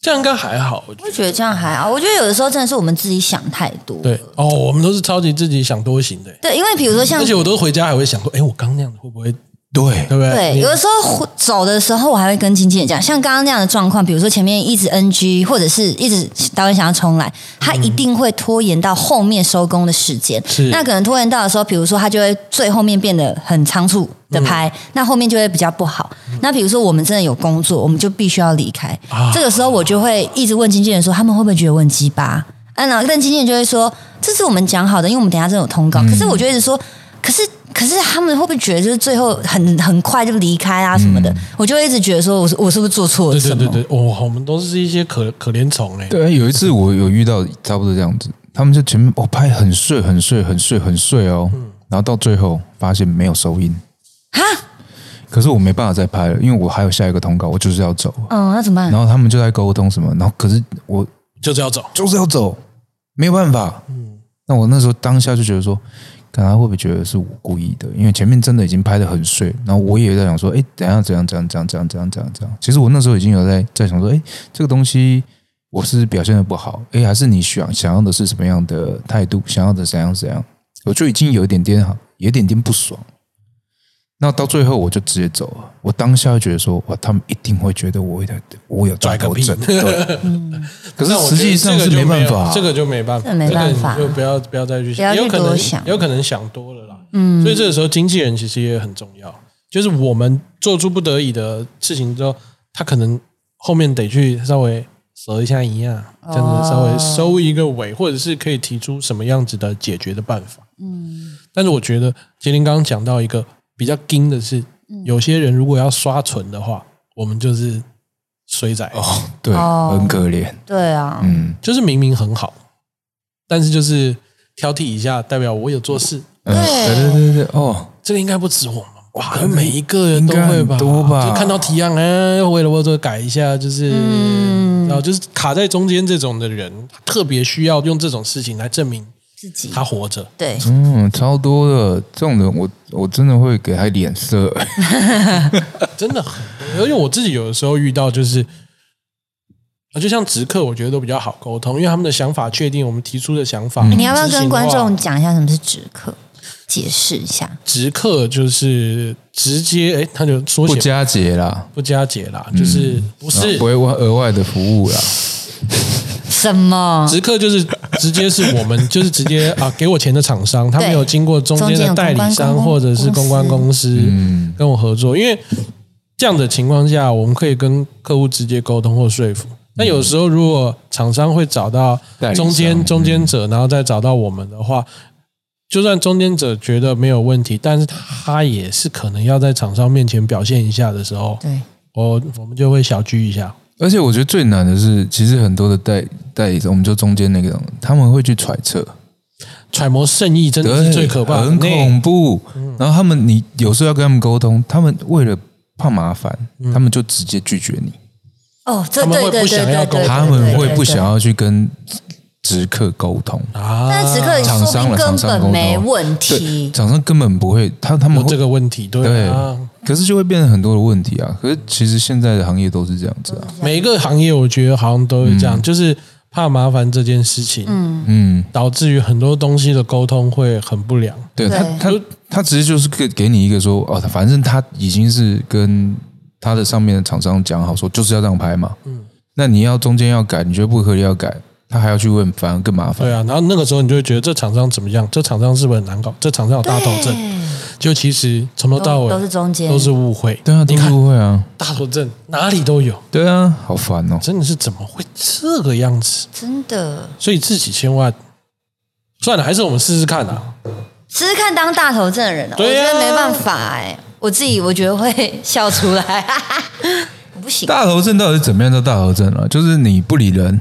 [SPEAKER 1] 这样应该还好。我觉得
[SPEAKER 2] 我觉得这样还好，我觉得有的时候真的是我们自己想太多。
[SPEAKER 1] 对哦，我们都是超级自己想多行的，
[SPEAKER 2] 对，因为比如说像
[SPEAKER 1] 而且我都回家还会想说，哎，我刚那样子会不会对
[SPEAKER 3] 对
[SPEAKER 1] 不对？
[SPEAKER 2] 对，
[SPEAKER 1] 你
[SPEAKER 2] 有的时候走的时候，我还会跟经纪人讲，像刚刚那样的状况，比如说前面一直 NG，或者是一直导演想要重来，他一定会拖延到后面收工的时间。
[SPEAKER 1] 嗯是
[SPEAKER 2] 那可能拖延到的时候，比如说他就会最后面变得很仓促的拍，
[SPEAKER 1] 嗯
[SPEAKER 2] 那后面就会比较不好。那比如说我们真的有工作，我们就必须要离开。
[SPEAKER 1] 啊
[SPEAKER 2] 这个时候我就会一直问经纪人说，他们会不会觉得我很鸡巴？啊，然后但经纪人就会说，这是我们讲好的，因为我们等一下真的有通告。
[SPEAKER 1] 嗯
[SPEAKER 2] 可是我就一直说，可是可是他们会不会觉得就是最后很很快就离开啊什么的？我就会一直觉得说我是我是不是做错了
[SPEAKER 1] 对
[SPEAKER 2] 什
[SPEAKER 1] 对
[SPEAKER 2] 么？
[SPEAKER 1] 嗯对对，哦我我们都是一些可可怜虫哎。
[SPEAKER 3] 对，啊有一次我有遇到差不多这样子，他们就前面我、哦、拍很碎很碎很碎很碎哦，然后到最后发现没有收音，
[SPEAKER 2] 哈，
[SPEAKER 3] 可是我没办法再拍了，因为我还有下一个通告，我就是要走。
[SPEAKER 2] 嗯，那怎么办
[SPEAKER 3] 然？后他们就在沟通什么，然后可是我
[SPEAKER 1] 就是要走，
[SPEAKER 3] 就是要走，没有办法。那我那时候当下就觉得说，看他会不会觉得是我故意的？因为前面真的已经拍的很碎，然后我也在想说，哎，怎样怎样怎样怎样怎样怎样怎样怎样。其实我那时候已经有在在想说，哎，这个东西我是表现的不好，哎，还是你想想要的是什么样的态度，想要的怎样怎样，我就已经有一点点好，有一点点不爽。那到最后我就直接走了。我当下就觉得说，哇，他们一定会觉得我有我有
[SPEAKER 1] 拽
[SPEAKER 3] 抓
[SPEAKER 1] 个
[SPEAKER 3] 头
[SPEAKER 1] 屁
[SPEAKER 3] 症。对，可是
[SPEAKER 1] 但我觉
[SPEAKER 3] 实
[SPEAKER 1] 得
[SPEAKER 3] 际上
[SPEAKER 1] 这
[SPEAKER 3] 是
[SPEAKER 1] 个就
[SPEAKER 3] 没办
[SPEAKER 1] 有
[SPEAKER 3] 法啊，
[SPEAKER 1] 这个就没办法，
[SPEAKER 2] 这没办法
[SPEAKER 1] 这个你就不要不要再去
[SPEAKER 2] 不
[SPEAKER 1] 想，
[SPEAKER 2] 要去
[SPEAKER 1] 也有可
[SPEAKER 2] 多
[SPEAKER 1] 能
[SPEAKER 2] 想
[SPEAKER 1] 也有可能想多了啦。嗯，所以这个时候经纪人其实也很重要，就是我们做出不得已的事情之后，他可能后面得去稍微折一下一样，这样子稍
[SPEAKER 2] 哦
[SPEAKER 1] 微收一个尾，或者是可以提出什么样子的解决的办法。
[SPEAKER 2] 嗯
[SPEAKER 1] 但是我觉得杰林刚刚讲到一个比较硬的是，有些人如果要刷存的话，我们就是衰仔，
[SPEAKER 3] 哦，对，
[SPEAKER 2] 哦
[SPEAKER 3] 很可怜。
[SPEAKER 2] 对啊，
[SPEAKER 3] 嗯，
[SPEAKER 1] 就是明明很好，但是就是挑剔一下，代表我有做事。
[SPEAKER 3] 嗯
[SPEAKER 2] 对
[SPEAKER 3] 对对对对，哦，
[SPEAKER 1] 这个应该不止我们吧？哦每一个人都会
[SPEAKER 3] 应该
[SPEAKER 1] 吧？
[SPEAKER 3] 很多吧
[SPEAKER 1] 就看到提案，哎，要为了我做改一下，就是，然后就是卡在中间这种的人，特别需要用这种事情来证明
[SPEAKER 2] 自己
[SPEAKER 1] 他活着。
[SPEAKER 2] 对，
[SPEAKER 3] 嗯，超多的这种人，我我真的会给他脸色。
[SPEAKER 1] 真的很多，而且我自己有的时候遇到就是，啊，就像直客，我觉得都比较好沟通，因为他们的想法确定，我们提出的想
[SPEAKER 3] 嗯
[SPEAKER 1] 法。
[SPEAKER 2] 你要不要
[SPEAKER 1] 执行
[SPEAKER 2] 跟
[SPEAKER 1] 的话
[SPEAKER 2] 观众讲一下什么是止咳？解释一下，
[SPEAKER 1] 直客就是直接，哎，他就缩
[SPEAKER 3] 不
[SPEAKER 1] 写
[SPEAKER 3] 加嗯节啦，
[SPEAKER 1] 不加解啦，就是不
[SPEAKER 3] 然
[SPEAKER 1] 是
[SPEAKER 3] 后不会额外的服务啦。
[SPEAKER 2] 什么？
[SPEAKER 1] 直客
[SPEAKER 3] [laughs]
[SPEAKER 1] 就是直接是我们就是直接啊，给我钱的厂商，他没有经过中间的代理
[SPEAKER 2] 中间有
[SPEAKER 1] 商
[SPEAKER 2] 公关公
[SPEAKER 1] 或者是公关公司
[SPEAKER 3] 嗯
[SPEAKER 1] 跟我合作，因为这样的情况下，我们可以跟客户直接沟通或说服。那有时候如果厂商会找到
[SPEAKER 3] 代理商
[SPEAKER 1] 中间
[SPEAKER 3] 嗯
[SPEAKER 1] 中间者，然后再找到我们的话，就算中间者觉得没有问题，但是他也是可能要在厂商面前表现一下的时候，
[SPEAKER 2] 对，
[SPEAKER 1] 我我们就会小聚一下。
[SPEAKER 3] 而且我觉得最难的是，其实很多的代代理我们就中间那个，他们会去揣测，
[SPEAKER 1] 揣摩圣意真的是
[SPEAKER 3] 对
[SPEAKER 1] 最可怕的，嗯
[SPEAKER 3] 很恐
[SPEAKER 1] 那
[SPEAKER 3] 怖。然后他们，你有时候要跟他们沟通，他们为了怕麻烦，
[SPEAKER 1] 嗯
[SPEAKER 3] 他们就直接拒绝你，
[SPEAKER 2] 哦，这
[SPEAKER 1] 他们
[SPEAKER 2] 对
[SPEAKER 1] 会
[SPEAKER 2] 对
[SPEAKER 1] 不
[SPEAKER 2] 对对
[SPEAKER 1] 想要
[SPEAKER 2] 对
[SPEAKER 1] 沟
[SPEAKER 2] 对，
[SPEAKER 1] 通
[SPEAKER 3] 他们会不想
[SPEAKER 2] 要。
[SPEAKER 3] 要去跟直客沟通。
[SPEAKER 1] 啊，
[SPEAKER 2] 但此刻
[SPEAKER 3] 厂
[SPEAKER 2] 说
[SPEAKER 3] 商
[SPEAKER 2] 明
[SPEAKER 3] 了
[SPEAKER 2] 根
[SPEAKER 3] 厂商沟
[SPEAKER 2] 本
[SPEAKER 3] 通
[SPEAKER 2] 没问
[SPEAKER 3] 对，
[SPEAKER 2] 题，
[SPEAKER 3] 厂商根本不会，他他们
[SPEAKER 1] 有
[SPEAKER 3] 会
[SPEAKER 1] 这个问题，对
[SPEAKER 3] 对
[SPEAKER 1] 啊，，
[SPEAKER 3] 可是就会变成很多的问题啊。可是其实现在的行业都是这样子啊，
[SPEAKER 1] 每一个行业我觉得好像都会这样，就是怕麻烦这件事情，
[SPEAKER 3] 嗯，
[SPEAKER 1] 导致于很多东西的沟通会很不良。
[SPEAKER 3] 对
[SPEAKER 2] 对
[SPEAKER 3] 他他他直接就是给给你一个说哦，反正他已经是跟他的上面的厂商讲好说就是要这样拍嘛，嗯，那你要中间要改，你觉得不合理要改，他还要去问，反而更麻烦
[SPEAKER 1] 对。啊，然后那个时候你就会觉得这厂商怎么样？这厂商是不是很难搞？这厂商有大头症？就其实从头到尾
[SPEAKER 2] 都哎都是中间
[SPEAKER 1] 都是误会。
[SPEAKER 3] 对啊，
[SPEAKER 1] 你
[SPEAKER 3] 都
[SPEAKER 1] 看
[SPEAKER 3] 是会啊，
[SPEAKER 1] 大头症哪里都有，
[SPEAKER 3] 对啊，好烦哦。
[SPEAKER 1] 真的是怎么会这个样子？
[SPEAKER 2] 真的。
[SPEAKER 1] 所以自己千万算了，还是我们试试看啊。
[SPEAKER 2] 试试看当大头症的人、啊，我
[SPEAKER 1] 对
[SPEAKER 2] 觉
[SPEAKER 1] 啊
[SPEAKER 2] 得没办法哎、我自己我觉得会 [laughs] 笑出来，我不行，
[SPEAKER 3] 大头症到底是怎么样叫大头症啊？就是你不理人，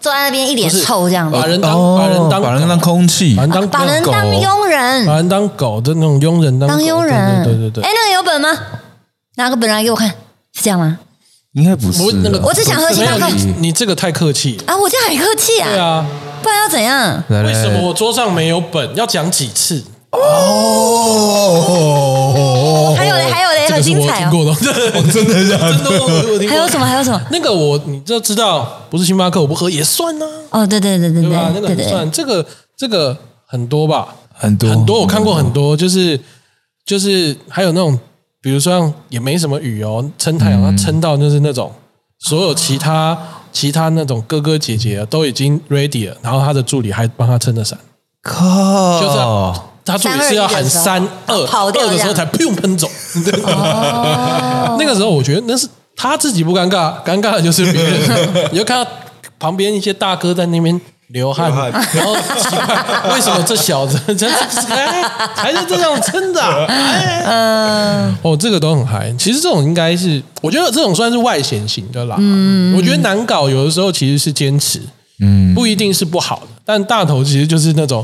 [SPEAKER 2] 坐在那边一脸
[SPEAKER 1] 不是
[SPEAKER 2] 臭这样子啊
[SPEAKER 1] 把，人当、
[SPEAKER 3] 哦
[SPEAKER 1] 把人当
[SPEAKER 3] 把人当空气
[SPEAKER 1] 把，人当
[SPEAKER 2] 把人
[SPEAKER 1] 狗
[SPEAKER 2] 当佣
[SPEAKER 1] 把
[SPEAKER 2] 人，
[SPEAKER 1] 人当狗的那种佣人当
[SPEAKER 2] 当
[SPEAKER 1] 狗
[SPEAKER 2] 佣人，
[SPEAKER 1] 对对对对
[SPEAKER 2] 哎，那个有本吗？拿个本来给我看，是这样吗？
[SPEAKER 3] 应该不是
[SPEAKER 1] 我
[SPEAKER 3] 啊。
[SPEAKER 1] 那个
[SPEAKER 2] 我只想喝星
[SPEAKER 1] 没有
[SPEAKER 2] 巴克
[SPEAKER 1] 你你这个太客气了。
[SPEAKER 2] 啊，我这样很客气
[SPEAKER 1] 对
[SPEAKER 2] 啊，
[SPEAKER 1] 啊，
[SPEAKER 2] 不然要怎样？
[SPEAKER 3] 来来
[SPEAKER 1] 为什
[SPEAKER 3] 来
[SPEAKER 1] 么我桌上没有本？要讲几次？
[SPEAKER 3] 哦，
[SPEAKER 2] 还有嘞，还有嘞，
[SPEAKER 1] 这
[SPEAKER 2] 很
[SPEAKER 1] 个是
[SPEAKER 2] 精
[SPEAKER 1] 我
[SPEAKER 2] 彩
[SPEAKER 1] 听
[SPEAKER 2] 哦。
[SPEAKER 1] 过的， [laughs] 真的假的？真的我我听过。
[SPEAKER 2] 还有什么？还有什么？
[SPEAKER 1] 那个我你就知道，不是星巴克我不喝也算呢、
[SPEAKER 2] 哦，对对对对
[SPEAKER 1] 对吧？那个
[SPEAKER 2] 对
[SPEAKER 1] 很
[SPEAKER 2] 对对，
[SPEAKER 1] 算，这个这个很多吧，
[SPEAKER 3] 很多
[SPEAKER 1] 很多我看过很多，就是就是还有那种，比如说像也没什么雨哦，撑太阳，
[SPEAKER 3] 嗯
[SPEAKER 1] 它撑到就是那种所有其他其他那种哥哥姐姐都已经 ready 了，然后他的助理还帮他撑着伞，
[SPEAKER 3] 靠，
[SPEAKER 1] 就是他助理是要喊
[SPEAKER 2] 三
[SPEAKER 1] 三
[SPEAKER 2] 二一
[SPEAKER 1] 二
[SPEAKER 2] 的时候跑掉
[SPEAKER 1] 二的时候
[SPEAKER 2] 这哦
[SPEAKER 1] 才砰喷走，对 [laughs] 那个时候我觉得那是他自己不尴尬，尴尬的就是别
[SPEAKER 2] [laughs]
[SPEAKER 1] 人。你就看到旁边一些大哥在那边流汗，然后奇怪为什么这小子真的是哎还是这样撑的啊、哎哦，这个都很嗨。其实这种应该是，我觉得这种算是外显型的啦。嗯，我觉得难搞有的时候其实是坚持，嗯，不一定是不好的，但大头其实就是那种。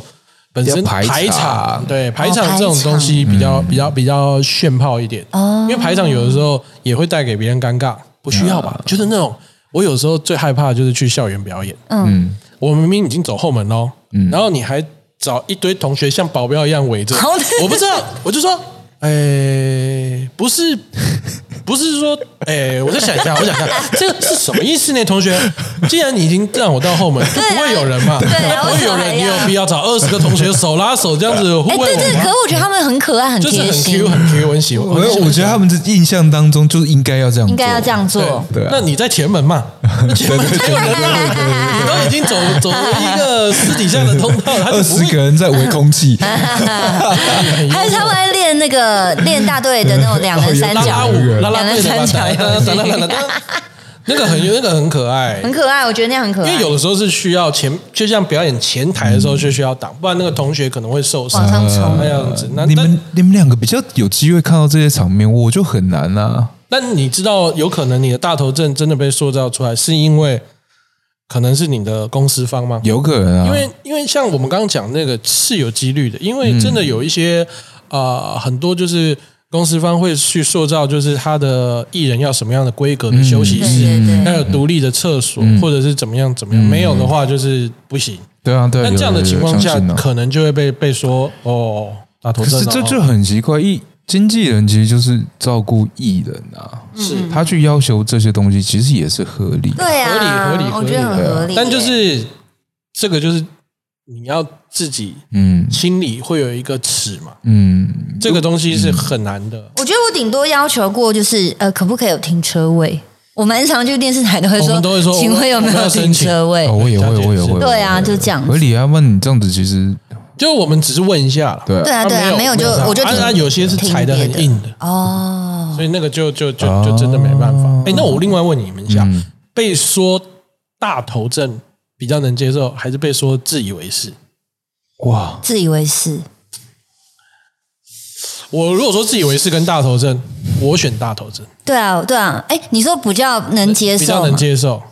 [SPEAKER 1] 本身
[SPEAKER 3] 比较排场
[SPEAKER 1] 排场对排场
[SPEAKER 2] 哦排
[SPEAKER 1] 这种东
[SPEAKER 2] 场
[SPEAKER 1] 西比较比较比较炫炮一点，因为排场有的时候也会带给别人尴尬，不需要吧？就是那种我有时候最害怕的就是去校园表演，
[SPEAKER 3] 嗯，
[SPEAKER 1] 我明明已经走后门喽，
[SPEAKER 2] 嗯
[SPEAKER 1] 然后你还找一堆同学像保镖一样围着
[SPEAKER 2] 好的，
[SPEAKER 1] 我不知道，我就说，哎，不
[SPEAKER 2] [laughs]
[SPEAKER 1] 是。不是说，哎、我再想一下，我想一下，这个是什么意思呢？同学，既然你已经让我到后门，就
[SPEAKER 2] 啊
[SPEAKER 1] 不会有人嘛，
[SPEAKER 2] 对啊
[SPEAKER 1] 那不会有
[SPEAKER 2] 为什么
[SPEAKER 1] 人，你有
[SPEAKER 2] 呀
[SPEAKER 1] 必要找二十个同学手拉手这样子互
[SPEAKER 2] 哎，
[SPEAKER 1] 问
[SPEAKER 2] 对对，
[SPEAKER 1] 我
[SPEAKER 2] 可
[SPEAKER 1] 吗？
[SPEAKER 2] 我觉得他们很可爱，很
[SPEAKER 1] 就是
[SPEAKER 2] 贴
[SPEAKER 1] 很
[SPEAKER 2] 心
[SPEAKER 1] Q，，很
[SPEAKER 2] [laughs]
[SPEAKER 1] Q，我很喜欢。
[SPEAKER 3] 我
[SPEAKER 1] 很喜欢
[SPEAKER 3] 我觉得他们的印象当中就是应该要这样，
[SPEAKER 2] 应该要这。样做。
[SPEAKER 3] 对啊
[SPEAKER 1] 那你在前门嘛？
[SPEAKER 2] 啊
[SPEAKER 1] 前门才有人啊，你都已经走走一个私底下的通道，他
[SPEAKER 3] 二
[SPEAKER 1] 就不
[SPEAKER 3] 十
[SPEAKER 1] 会
[SPEAKER 3] 个人在围空气，
[SPEAKER 2] 还有他们还练那个练大队的那种两人三
[SPEAKER 1] 拉拉 [laughs]
[SPEAKER 2] 角
[SPEAKER 1] 舞、拉拉
[SPEAKER 2] 两人
[SPEAKER 1] 哦队
[SPEAKER 2] 三角游
[SPEAKER 1] 的
[SPEAKER 2] 戏，
[SPEAKER 1] 吧，那个很那个很可爱
[SPEAKER 2] 很。可爱，我觉得那样很可
[SPEAKER 1] 因
[SPEAKER 2] 爱
[SPEAKER 1] 为。有的时候是需要前，就像表演前台的时候就需要挡，不然那个同学可能会受伤
[SPEAKER 2] 往上冲
[SPEAKER 1] 那样子。那
[SPEAKER 3] 你
[SPEAKER 1] 但
[SPEAKER 3] 们你们两个比较有机会看到这些场面，我就很难啊。
[SPEAKER 1] 但你知道，有可能你的大头症真的被塑造出来，是因为可能是你的公司方吗？
[SPEAKER 3] 有可能啊，
[SPEAKER 1] 因为因为像我们刚刚讲那个是有几率的，因为真的有一些啊、呃很多就是公司方会去塑造，就是他的艺人要什么样的规格的休息室，
[SPEAKER 2] 对对对
[SPEAKER 1] 要有独立的厕所，
[SPEAKER 3] 嗯
[SPEAKER 1] 或者是怎么样怎么样，没有的话就是不行。
[SPEAKER 3] 对啊，嗯对啊。
[SPEAKER 1] 但
[SPEAKER 3] 有
[SPEAKER 1] 这样的
[SPEAKER 3] 有有
[SPEAKER 1] 情况下，
[SPEAKER 3] 相信啊
[SPEAKER 1] 可能就会被被说哦，大头
[SPEAKER 3] 可
[SPEAKER 1] 症、哦
[SPEAKER 3] 是、这就很奇怪，艺经纪人其实就是照顾艺人啊，
[SPEAKER 1] 是
[SPEAKER 3] 他去要求这些东西，其实也是合理。
[SPEAKER 2] 对啊，
[SPEAKER 1] 合理合理
[SPEAKER 2] 我觉得很合理耶。
[SPEAKER 1] 但就是这个就是你要自己
[SPEAKER 3] 嗯
[SPEAKER 1] 心里会有一个尺嘛，
[SPEAKER 3] 嗯，
[SPEAKER 1] 这个东西是很难的。
[SPEAKER 2] 我觉得我顶多要求过就是呃，可不可以有停车位？我蛮常去电视台都会
[SPEAKER 1] 我
[SPEAKER 2] 说，
[SPEAKER 1] 们都会说
[SPEAKER 2] 请问有没
[SPEAKER 1] 我们
[SPEAKER 2] 有
[SPEAKER 1] 要
[SPEAKER 2] 停
[SPEAKER 1] 申请
[SPEAKER 2] 车位
[SPEAKER 3] 哦，？我也会，我也会。
[SPEAKER 2] 对啊
[SPEAKER 3] 我也会
[SPEAKER 2] 就这样子
[SPEAKER 3] 合理啊，不然你这样子其实
[SPEAKER 1] 就我们只是问一下啦，
[SPEAKER 3] 对啊
[SPEAKER 2] 对啊，对啊，没有就我就
[SPEAKER 1] 当
[SPEAKER 2] 停
[SPEAKER 1] 然有些是踩的很硬的，
[SPEAKER 2] 哦。
[SPEAKER 1] 所以那个就就就就真的没办法。
[SPEAKER 3] 哦
[SPEAKER 1] 哎、那我另外问你们一下，
[SPEAKER 3] 嗯
[SPEAKER 1] 被说大头症比较能接受，还是被说自以为是？
[SPEAKER 3] 哇，
[SPEAKER 2] 自以为是，
[SPEAKER 1] 我如果说自以为是跟大头症，我选大头症，
[SPEAKER 2] 对啊，对啊，哎，你说比较能接
[SPEAKER 1] 比较
[SPEAKER 2] 受
[SPEAKER 1] 能
[SPEAKER 2] 吗？
[SPEAKER 1] 接受。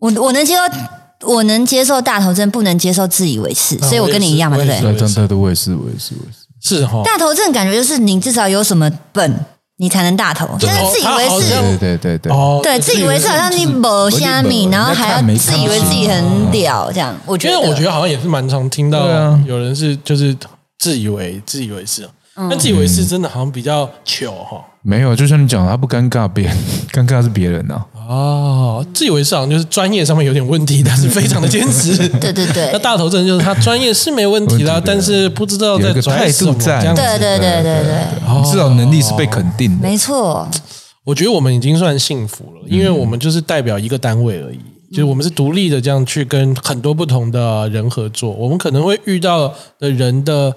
[SPEAKER 2] 我我能接受，我能接受大头症，不能接受自以为是，
[SPEAKER 1] 啊
[SPEAKER 2] 所以我跟你一样嘛，
[SPEAKER 1] 我
[SPEAKER 2] 对
[SPEAKER 1] 也
[SPEAKER 2] 不
[SPEAKER 1] 是
[SPEAKER 2] 对？
[SPEAKER 3] 对对对对，我也是，我也是，我也是。
[SPEAKER 1] 是哈，
[SPEAKER 2] 大头症感觉就是你至少有什么笨，你才能大头，但是自以为
[SPEAKER 1] 哦他好
[SPEAKER 2] 是
[SPEAKER 1] 像。
[SPEAKER 3] 对对对对，
[SPEAKER 1] 哦，
[SPEAKER 2] 对，自以为是好像你啊某虾米，
[SPEAKER 3] 就是
[SPEAKER 2] 然后还要自以为自己很屌，这样我觉
[SPEAKER 1] 因为
[SPEAKER 2] 得，
[SPEAKER 1] 我觉得好像也是蛮常听到
[SPEAKER 3] 对啊
[SPEAKER 1] 有人是就是自以为自以为是，哦
[SPEAKER 2] 嗯
[SPEAKER 1] 但自以为是真的好像比较糗哈。
[SPEAKER 3] 没有，就像你讲的，他不尴尬，别人 [laughs] 尴尬是别人啊。
[SPEAKER 1] 哦，自以为是好像就是专业上面有点问题，但是非常的坚持。
[SPEAKER 2] 对对对
[SPEAKER 1] [laughs] 那大头症就是他专业是没问题啦，
[SPEAKER 3] 问题的
[SPEAKER 1] 但是不知道哦在
[SPEAKER 3] 有一个
[SPEAKER 1] 拽什么
[SPEAKER 3] 态度在
[SPEAKER 1] 这样子
[SPEAKER 2] 对对对对对，
[SPEAKER 1] 哦
[SPEAKER 3] 至少能力是被肯定的。
[SPEAKER 2] 没错，
[SPEAKER 1] 我觉得我们已经算幸福了，因为我们就是代表一个单位而已，就是我们是独立的，这样去跟很多不同的人合作。我们可能会遇到的人的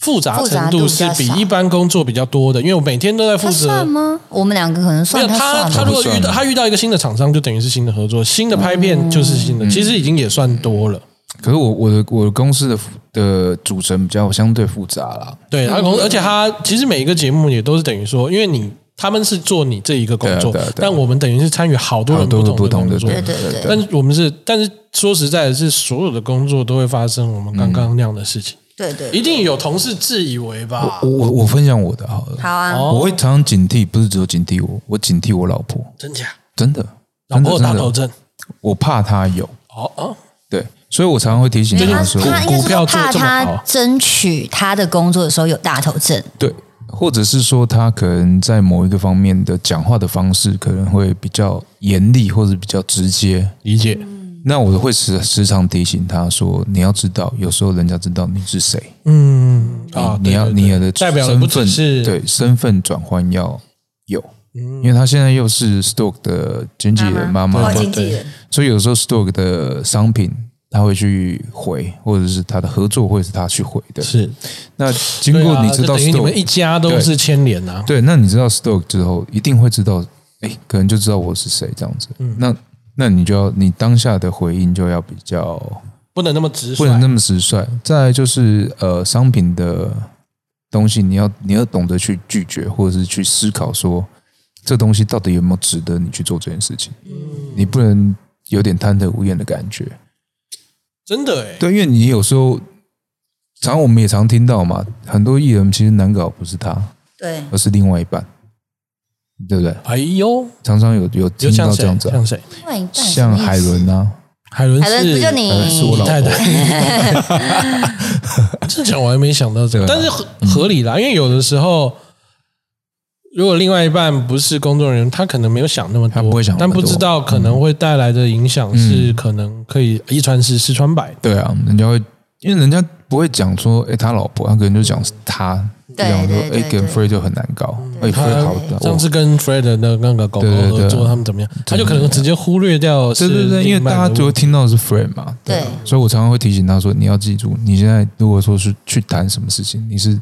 [SPEAKER 1] 复杂程度是比一般工作比较多的，因为我每天都在负
[SPEAKER 2] 他算
[SPEAKER 1] 责。
[SPEAKER 2] 吗？我们两个可能
[SPEAKER 1] 没有
[SPEAKER 2] 算
[SPEAKER 1] 他，
[SPEAKER 2] 算
[SPEAKER 1] 他
[SPEAKER 2] 吗？
[SPEAKER 1] 如果遇到他遇到一个新的厂商，就等于是新的合作，新的拍片就是新的，其实已经也算多了。
[SPEAKER 3] 可是我我的我的公司的的组成比较相对复杂啦。
[SPEAKER 1] 对，他
[SPEAKER 3] 嗯
[SPEAKER 1] 公，而且他其实每一个节目也都是等于说，因为你他们是做你这一个工作
[SPEAKER 3] 对啊对啊，对啊
[SPEAKER 1] 但我们等于是参与好多
[SPEAKER 3] 好
[SPEAKER 1] 人
[SPEAKER 3] 多
[SPEAKER 1] 不
[SPEAKER 3] 不
[SPEAKER 1] 同
[SPEAKER 3] 同
[SPEAKER 1] 的
[SPEAKER 3] 的
[SPEAKER 1] 工作。
[SPEAKER 2] 对对对
[SPEAKER 1] 但是我们是，但是说实在的是，所有的工作都会发生我们刚刚
[SPEAKER 3] 嗯
[SPEAKER 1] 那样的事情，
[SPEAKER 2] 对对，
[SPEAKER 1] 一定有同事自以为吧？
[SPEAKER 3] 我我我分享我的好了，
[SPEAKER 2] 好啊，
[SPEAKER 1] 哦
[SPEAKER 3] 我会常常警惕，不是只有警惕我，我警惕我老婆，
[SPEAKER 1] 真假？
[SPEAKER 3] 真的，
[SPEAKER 1] 老
[SPEAKER 3] 真
[SPEAKER 1] 婆有
[SPEAKER 3] 的
[SPEAKER 1] 大
[SPEAKER 3] 真
[SPEAKER 1] 头
[SPEAKER 3] 的，
[SPEAKER 1] 症？
[SPEAKER 3] 我怕她有，
[SPEAKER 1] 哦哦，
[SPEAKER 3] 对，所以我常常会提醒
[SPEAKER 2] 因为他
[SPEAKER 3] 她说，
[SPEAKER 2] 他应该是
[SPEAKER 1] 股票做
[SPEAKER 2] 说怕
[SPEAKER 1] 这么
[SPEAKER 2] 他
[SPEAKER 1] 好
[SPEAKER 2] 争取他的工作的时候有大头症，
[SPEAKER 3] 对，或者是说她可能在某一个方面的讲话的方式可能会比较严厉，或者比较直接，
[SPEAKER 1] 理解。
[SPEAKER 3] 那我会时时常提醒他说，你要知道，有时候人家知道你是谁，
[SPEAKER 1] 嗯啊，
[SPEAKER 3] 你
[SPEAKER 1] 对
[SPEAKER 3] 要
[SPEAKER 1] 对对
[SPEAKER 3] 你的
[SPEAKER 1] 代表的不
[SPEAKER 3] 身
[SPEAKER 1] 只
[SPEAKER 3] 份
[SPEAKER 1] 是嗯
[SPEAKER 3] 对身份转换要有，因为他现在又是 Stock 的经纪人妈妈，
[SPEAKER 1] 经纪
[SPEAKER 2] 人，
[SPEAKER 3] 所以有时候 Stock 的商品他会去回，或者是他的合作会是他去回的。
[SPEAKER 1] 是
[SPEAKER 3] 那经过你知
[SPEAKER 1] 对
[SPEAKER 3] 道
[SPEAKER 1] 啊就等于你们
[SPEAKER 3] Stock，
[SPEAKER 1] 一家都是牵连啊呐。
[SPEAKER 3] 对，那你知道 Stoke 之后，一定会知道，哎，可能就知道我是谁这样子。那那你就要你当下的回应就要比较
[SPEAKER 1] 不能那么直率，
[SPEAKER 3] 不能那么直率。再来就是呃，商品的东西，你要你要懂得去拒绝，或者是去思考说，这东西到底有没有值得你去做这件事情。你不能有点贪得无厌的感觉。
[SPEAKER 1] 真的哎。
[SPEAKER 3] 对，因为你有时候常我们也常听到嘛，很多艺人其实难搞不是他，
[SPEAKER 2] 对，
[SPEAKER 3] 而是另外一半，对不对？
[SPEAKER 1] 哎呦，
[SPEAKER 3] 常常有有
[SPEAKER 1] 就
[SPEAKER 3] 听
[SPEAKER 1] 像
[SPEAKER 3] 到这
[SPEAKER 1] 谁
[SPEAKER 3] 样？子啊、
[SPEAKER 1] 像谁？
[SPEAKER 2] 另外一半什么意思
[SPEAKER 3] 像海伦啊，
[SPEAKER 1] 海伦
[SPEAKER 2] 海伦
[SPEAKER 1] 是
[SPEAKER 2] 不就你
[SPEAKER 3] 呃是我老婆
[SPEAKER 1] 太太。
[SPEAKER 3] [laughs]
[SPEAKER 1] 这讲我还没想到这个，
[SPEAKER 3] 对啊
[SPEAKER 1] 但是合合理啦，因为有的时候，如果另外一半不是工作人员，他可能没有想那么多，
[SPEAKER 3] 他不会想那
[SPEAKER 1] 但
[SPEAKER 3] 么
[SPEAKER 1] 不
[SPEAKER 3] 多嗯
[SPEAKER 1] 知道可能会带来的影响是可能可以一传十，十传百。
[SPEAKER 3] 对啊，人家会，因为人家不会讲说，哎、他老婆，他可能就讲是他，
[SPEAKER 2] 对
[SPEAKER 3] 这样说，
[SPEAKER 2] 对
[SPEAKER 3] 哎、
[SPEAKER 2] 对
[SPEAKER 3] 跟
[SPEAKER 2] 对
[SPEAKER 3] Free 就很难搞，哎、f r e y
[SPEAKER 1] 他
[SPEAKER 3] 好的，
[SPEAKER 1] 上
[SPEAKER 3] 我
[SPEAKER 1] 次跟 Fred 的那个狗狗
[SPEAKER 3] 对对对
[SPEAKER 1] 合作，他们怎么样？他就可能直接忽略掉是
[SPEAKER 3] 对对对，因为
[SPEAKER 1] 另一半
[SPEAKER 3] 大
[SPEAKER 1] 的
[SPEAKER 3] 家就
[SPEAKER 1] 问
[SPEAKER 3] 会
[SPEAKER 1] 题
[SPEAKER 3] 听到的是 Free 嘛，
[SPEAKER 2] 对
[SPEAKER 3] 啊所以我常常会提醒他说，你要记住，你现在如果说是去谈什么事情，你是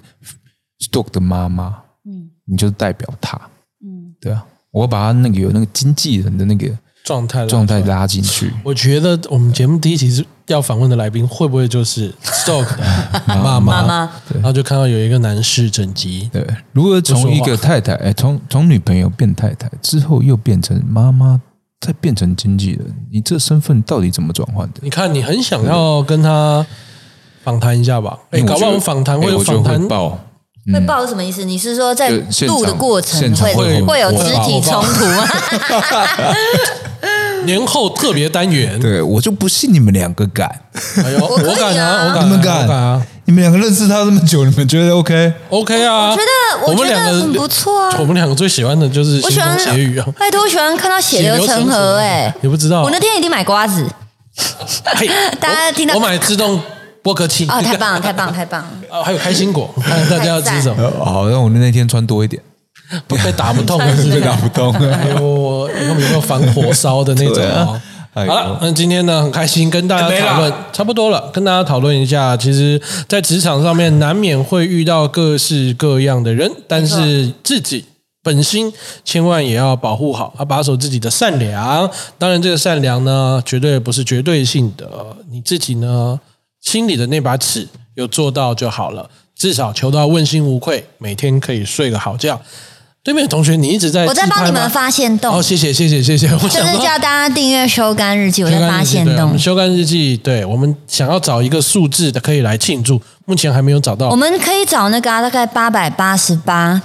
[SPEAKER 3] Stock 的妈妈，
[SPEAKER 2] 嗯
[SPEAKER 3] 你就代表他，
[SPEAKER 2] 嗯，
[SPEAKER 3] 对啊，我要把他那个有那个经纪人的那个
[SPEAKER 1] 状态啦
[SPEAKER 3] 状态拉进去，
[SPEAKER 1] 我觉得我们节目第一期是要访问的来宾，会不会就是 Stoke 的
[SPEAKER 3] [laughs]
[SPEAKER 1] 妈妈？
[SPEAKER 2] 妈妈
[SPEAKER 1] 然后就看到有一个男士整集，
[SPEAKER 3] 对，如何从一个太太，哎，从从女朋友变太太之后，又变成妈妈，再变成经纪人，你这身份到底怎么转换的？
[SPEAKER 1] 你看你很想要跟他访谈一下吧？哎，
[SPEAKER 3] 因为
[SPEAKER 1] 搞
[SPEAKER 3] 我
[SPEAKER 1] 不好
[SPEAKER 3] 觉得
[SPEAKER 1] 我们访谈会
[SPEAKER 3] 哎
[SPEAKER 1] 有
[SPEAKER 3] 我觉得
[SPEAKER 1] 访谈
[SPEAKER 3] 会爆，
[SPEAKER 2] 会爆是什么意思？你是说在
[SPEAKER 3] 就现场
[SPEAKER 2] 录的过程
[SPEAKER 3] 现场
[SPEAKER 2] 嗯会
[SPEAKER 3] 会
[SPEAKER 2] 会有
[SPEAKER 1] 我
[SPEAKER 2] 肢体冲突吗？
[SPEAKER 1] [laughs] 年后特别单元。
[SPEAKER 3] 对我就不信你们两个敢，
[SPEAKER 1] 哎呦，我
[SPEAKER 2] 可以啊
[SPEAKER 1] 敢啊，我敢啊，
[SPEAKER 3] 你们
[SPEAKER 1] 我
[SPEAKER 3] 敢
[SPEAKER 1] 敢啊
[SPEAKER 3] 你们两个认识他这么久，你们觉得
[SPEAKER 1] [laughs]
[SPEAKER 3] OK？
[SPEAKER 1] ，OK 啊。我
[SPEAKER 2] 觉得我
[SPEAKER 1] 们
[SPEAKER 2] 觉
[SPEAKER 1] 两
[SPEAKER 2] 得
[SPEAKER 1] 个
[SPEAKER 2] 很不错啊
[SPEAKER 1] 我，们两个最喜欢的就是
[SPEAKER 2] 我
[SPEAKER 1] 腥
[SPEAKER 2] 喜欢
[SPEAKER 1] 风血雨啊，
[SPEAKER 2] 拜托，我喜欢看到血流成河哎、
[SPEAKER 1] 你不知道啊？
[SPEAKER 2] 我那天一定买瓜子
[SPEAKER 1] 嘿
[SPEAKER 2] [laughs] 大家听到
[SPEAKER 1] 我我买自动剥壳器
[SPEAKER 2] [laughs] 哦，太棒了，太棒了，太棒了！
[SPEAKER 1] 啊，还有开心果，
[SPEAKER 2] [laughs]
[SPEAKER 1] 看看大家要吃什么，
[SPEAKER 3] 呃，好，那我那天穿多一点，
[SPEAKER 1] 不被打不痛
[SPEAKER 3] [laughs]
[SPEAKER 1] 是不是
[SPEAKER 3] 这打不动。
[SPEAKER 1] 哎 [laughs] 呦，我以后有没有防火烧的那种
[SPEAKER 3] 对
[SPEAKER 1] 哦
[SPEAKER 3] 啊？哎哎呦
[SPEAKER 1] 好了，那今天呢，很开心跟大
[SPEAKER 3] 没
[SPEAKER 1] 家
[SPEAKER 3] 啦
[SPEAKER 1] 讨论，差不多了，跟嗯大家讨论一下，其实，在职场上面难免会遇到各式各样的人，但是自己。本心千万也要保护好，啊，把守自己的善良。当然，这个善良呢，绝对不是绝对性的。你自己呢，心里的那把尺有做到就好了，至少求到问心无愧，每天可以睡个好觉。对面的同学，你一直在
[SPEAKER 2] 我在帮你们发现洞
[SPEAKER 1] 哦，谢谢谢谢谢谢，我
[SPEAKER 2] 就
[SPEAKER 1] 想
[SPEAKER 2] 是
[SPEAKER 1] 说
[SPEAKER 2] 叫大家订阅《修干日记》，我在发现
[SPEAKER 1] 对我
[SPEAKER 2] 洞
[SPEAKER 1] 们。修干日记，对我们想要找一个数字的可以来庆祝，目前还没有找到
[SPEAKER 2] 我们可以找那个、啊、大概八百八十八，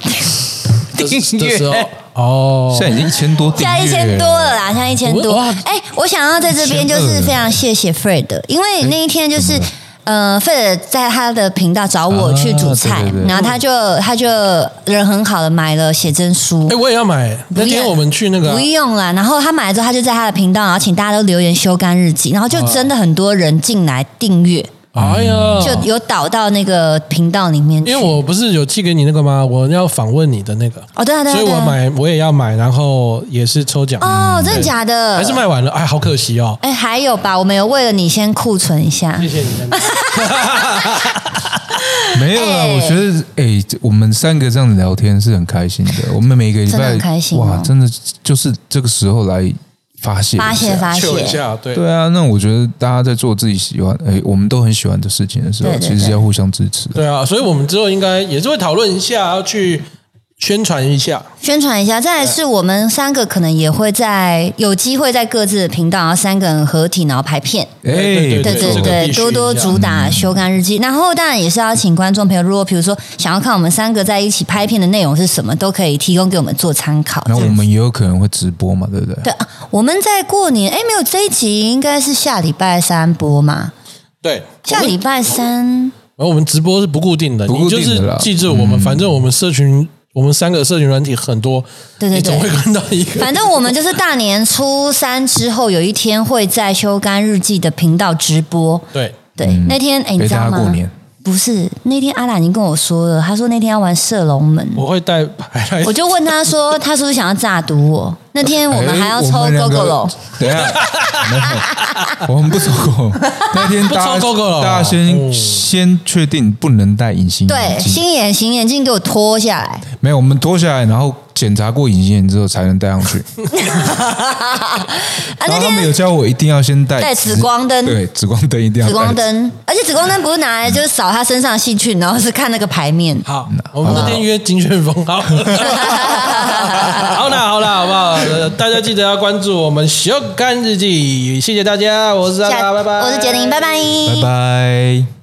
[SPEAKER 1] 的
[SPEAKER 3] 订阅
[SPEAKER 1] 的时候哦，
[SPEAKER 3] [laughs] 现在已经一千多订
[SPEAKER 2] 现在
[SPEAKER 3] 阅了，
[SPEAKER 2] 一千多了啦，现在一千多。
[SPEAKER 1] 哇
[SPEAKER 2] 哎、我想要在这边就是非常谢谢 Fred，因为那一天就是。
[SPEAKER 1] 嗯
[SPEAKER 2] 呃，Fred 在他的频道找我去煮菜，
[SPEAKER 3] 啊对对对
[SPEAKER 2] 然后他就他就人很好的买了写真书，
[SPEAKER 1] 哎，我也要买。那天我们去那个
[SPEAKER 2] 不用啦，然后他买了之后，他就在他的频道，然后请大家都留言修干日记，然后就真的很多人进来订阅，
[SPEAKER 1] 啊，哎呀，
[SPEAKER 2] 就有导到那个频道里面去。
[SPEAKER 1] 因为我不是有寄给你那个吗？我要访问你的那个，
[SPEAKER 2] 哦，对啊，对啊，
[SPEAKER 1] 所以
[SPEAKER 2] 对
[SPEAKER 1] 我
[SPEAKER 2] 啊
[SPEAKER 1] 买我也要买，然后也是抽奖，
[SPEAKER 2] 哦，真的
[SPEAKER 1] 对
[SPEAKER 2] 假的？
[SPEAKER 1] 还是卖完了，哎，好可惜哦。
[SPEAKER 2] 哎，还有吧，我们有为了你先库存一下
[SPEAKER 1] [laughs] 谢。谢你们，
[SPEAKER 3] [laughs] 没有啦，
[SPEAKER 2] 哎
[SPEAKER 3] 我觉得哎、这我们三个这样子聊天是很开心的。我们每个礼
[SPEAKER 2] 真的
[SPEAKER 3] 拜
[SPEAKER 2] 很开心哦
[SPEAKER 3] 哇，真的就是这个时候来发泄一下
[SPEAKER 2] 发泄发泄
[SPEAKER 1] 秀一下，对，
[SPEAKER 3] 对啊，那我觉得大家在做自己喜欢，哎，我们都很喜欢的事情的时候，
[SPEAKER 2] 对对
[SPEAKER 3] 其实
[SPEAKER 2] 对
[SPEAKER 3] 要互相支持。
[SPEAKER 1] 对啊，所以我们之后应该也是会讨论一下，要去宣传一下。
[SPEAKER 2] 宣传一下。再来是我们三个可能也会在有机会在各自的频道，然后三个人合体，然后拍片。
[SPEAKER 3] 哎，
[SPEAKER 1] 对
[SPEAKER 2] 对对
[SPEAKER 1] 这
[SPEAKER 2] 对
[SPEAKER 1] 个必须
[SPEAKER 2] 多多
[SPEAKER 1] 一下
[SPEAKER 2] 主打修干日记，然后当然也是要请观众朋友，如果比如说想要看我们三个在一起拍片的内容是什么，都可以提供给我们做参考。
[SPEAKER 3] 然后我们也有可能会直播嘛，对不对？
[SPEAKER 2] 对啊，我们在过年，哎，没有这一集应该是下礼拜三播嘛？
[SPEAKER 1] 对，
[SPEAKER 2] 下礼拜
[SPEAKER 1] [laughs]
[SPEAKER 2] 三
[SPEAKER 1] 然后我们直播是不固定的，
[SPEAKER 3] 不
[SPEAKER 1] 你
[SPEAKER 3] 固
[SPEAKER 1] 就
[SPEAKER 3] 定的
[SPEAKER 1] 是
[SPEAKER 3] 啦嗯
[SPEAKER 1] 记住我们，反正我们社群，我们三个社群软体很多，
[SPEAKER 2] 对对
[SPEAKER 1] 你总会
[SPEAKER 2] 对
[SPEAKER 1] 看到一个。
[SPEAKER 2] 反正我们就是大年初三之后有一天会在修干日记的频道直播。
[SPEAKER 1] [laughs] 对，
[SPEAKER 2] 对，那天哎，你
[SPEAKER 3] 嗯陪
[SPEAKER 2] 知道
[SPEAKER 3] 大家
[SPEAKER 2] 吗？
[SPEAKER 3] 过年，
[SPEAKER 2] 不是那天阿兰已经跟我说了，他说那天要玩射龙门。
[SPEAKER 1] 我会带牌
[SPEAKER 3] 哎
[SPEAKER 1] 来
[SPEAKER 2] 我。就问他
[SPEAKER 3] [laughs]
[SPEAKER 2] 说，他是不是想要炸毒我？那天我们还要抽
[SPEAKER 3] 哎我们两
[SPEAKER 2] GoGo
[SPEAKER 3] 个
[SPEAKER 2] 咯，
[SPEAKER 3] 等一下，没有，我们不抽狗。
[SPEAKER 1] [laughs]
[SPEAKER 3] 那天大
[SPEAKER 1] 不抽狗
[SPEAKER 3] 家
[SPEAKER 1] 了
[SPEAKER 3] 大家先
[SPEAKER 1] 哦
[SPEAKER 3] 先确定不能戴隐形眼
[SPEAKER 2] 对，
[SPEAKER 3] 镜，
[SPEAKER 2] 新眼型眼镜给我脱下
[SPEAKER 3] [laughs]
[SPEAKER 2] 来，
[SPEAKER 3] 没有，我们脱下来，然后检查过隐形眼之后才能戴上去。
[SPEAKER 2] 啊，
[SPEAKER 3] 然
[SPEAKER 2] 那
[SPEAKER 3] 后他们
[SPEAKER 2] 天
[SPEAKER 3] 有教我一定要先戴
[SPEAKER 2] 戴紫光灯
[SPEAKER 3] 对，紫光灯一定要戴
[SPEAKER 2] 紫光。灯，而且紫光灯不是拿来就是扫他身上的细菌，然后是看那个牌面。
[SPEAKER 1] 好，我们那天约金旋风，好， [laughs] 好啦，好啦，好不好？呃大家记得要关注我们小干日记，谢谢大家，我是阿
[SPEAKER 2] 下
[SPEAKER 1] 拉，拜拜，
[SPEAKER 2] 我是杰林，拜拜，
[SPEAKER 3] 拜拜。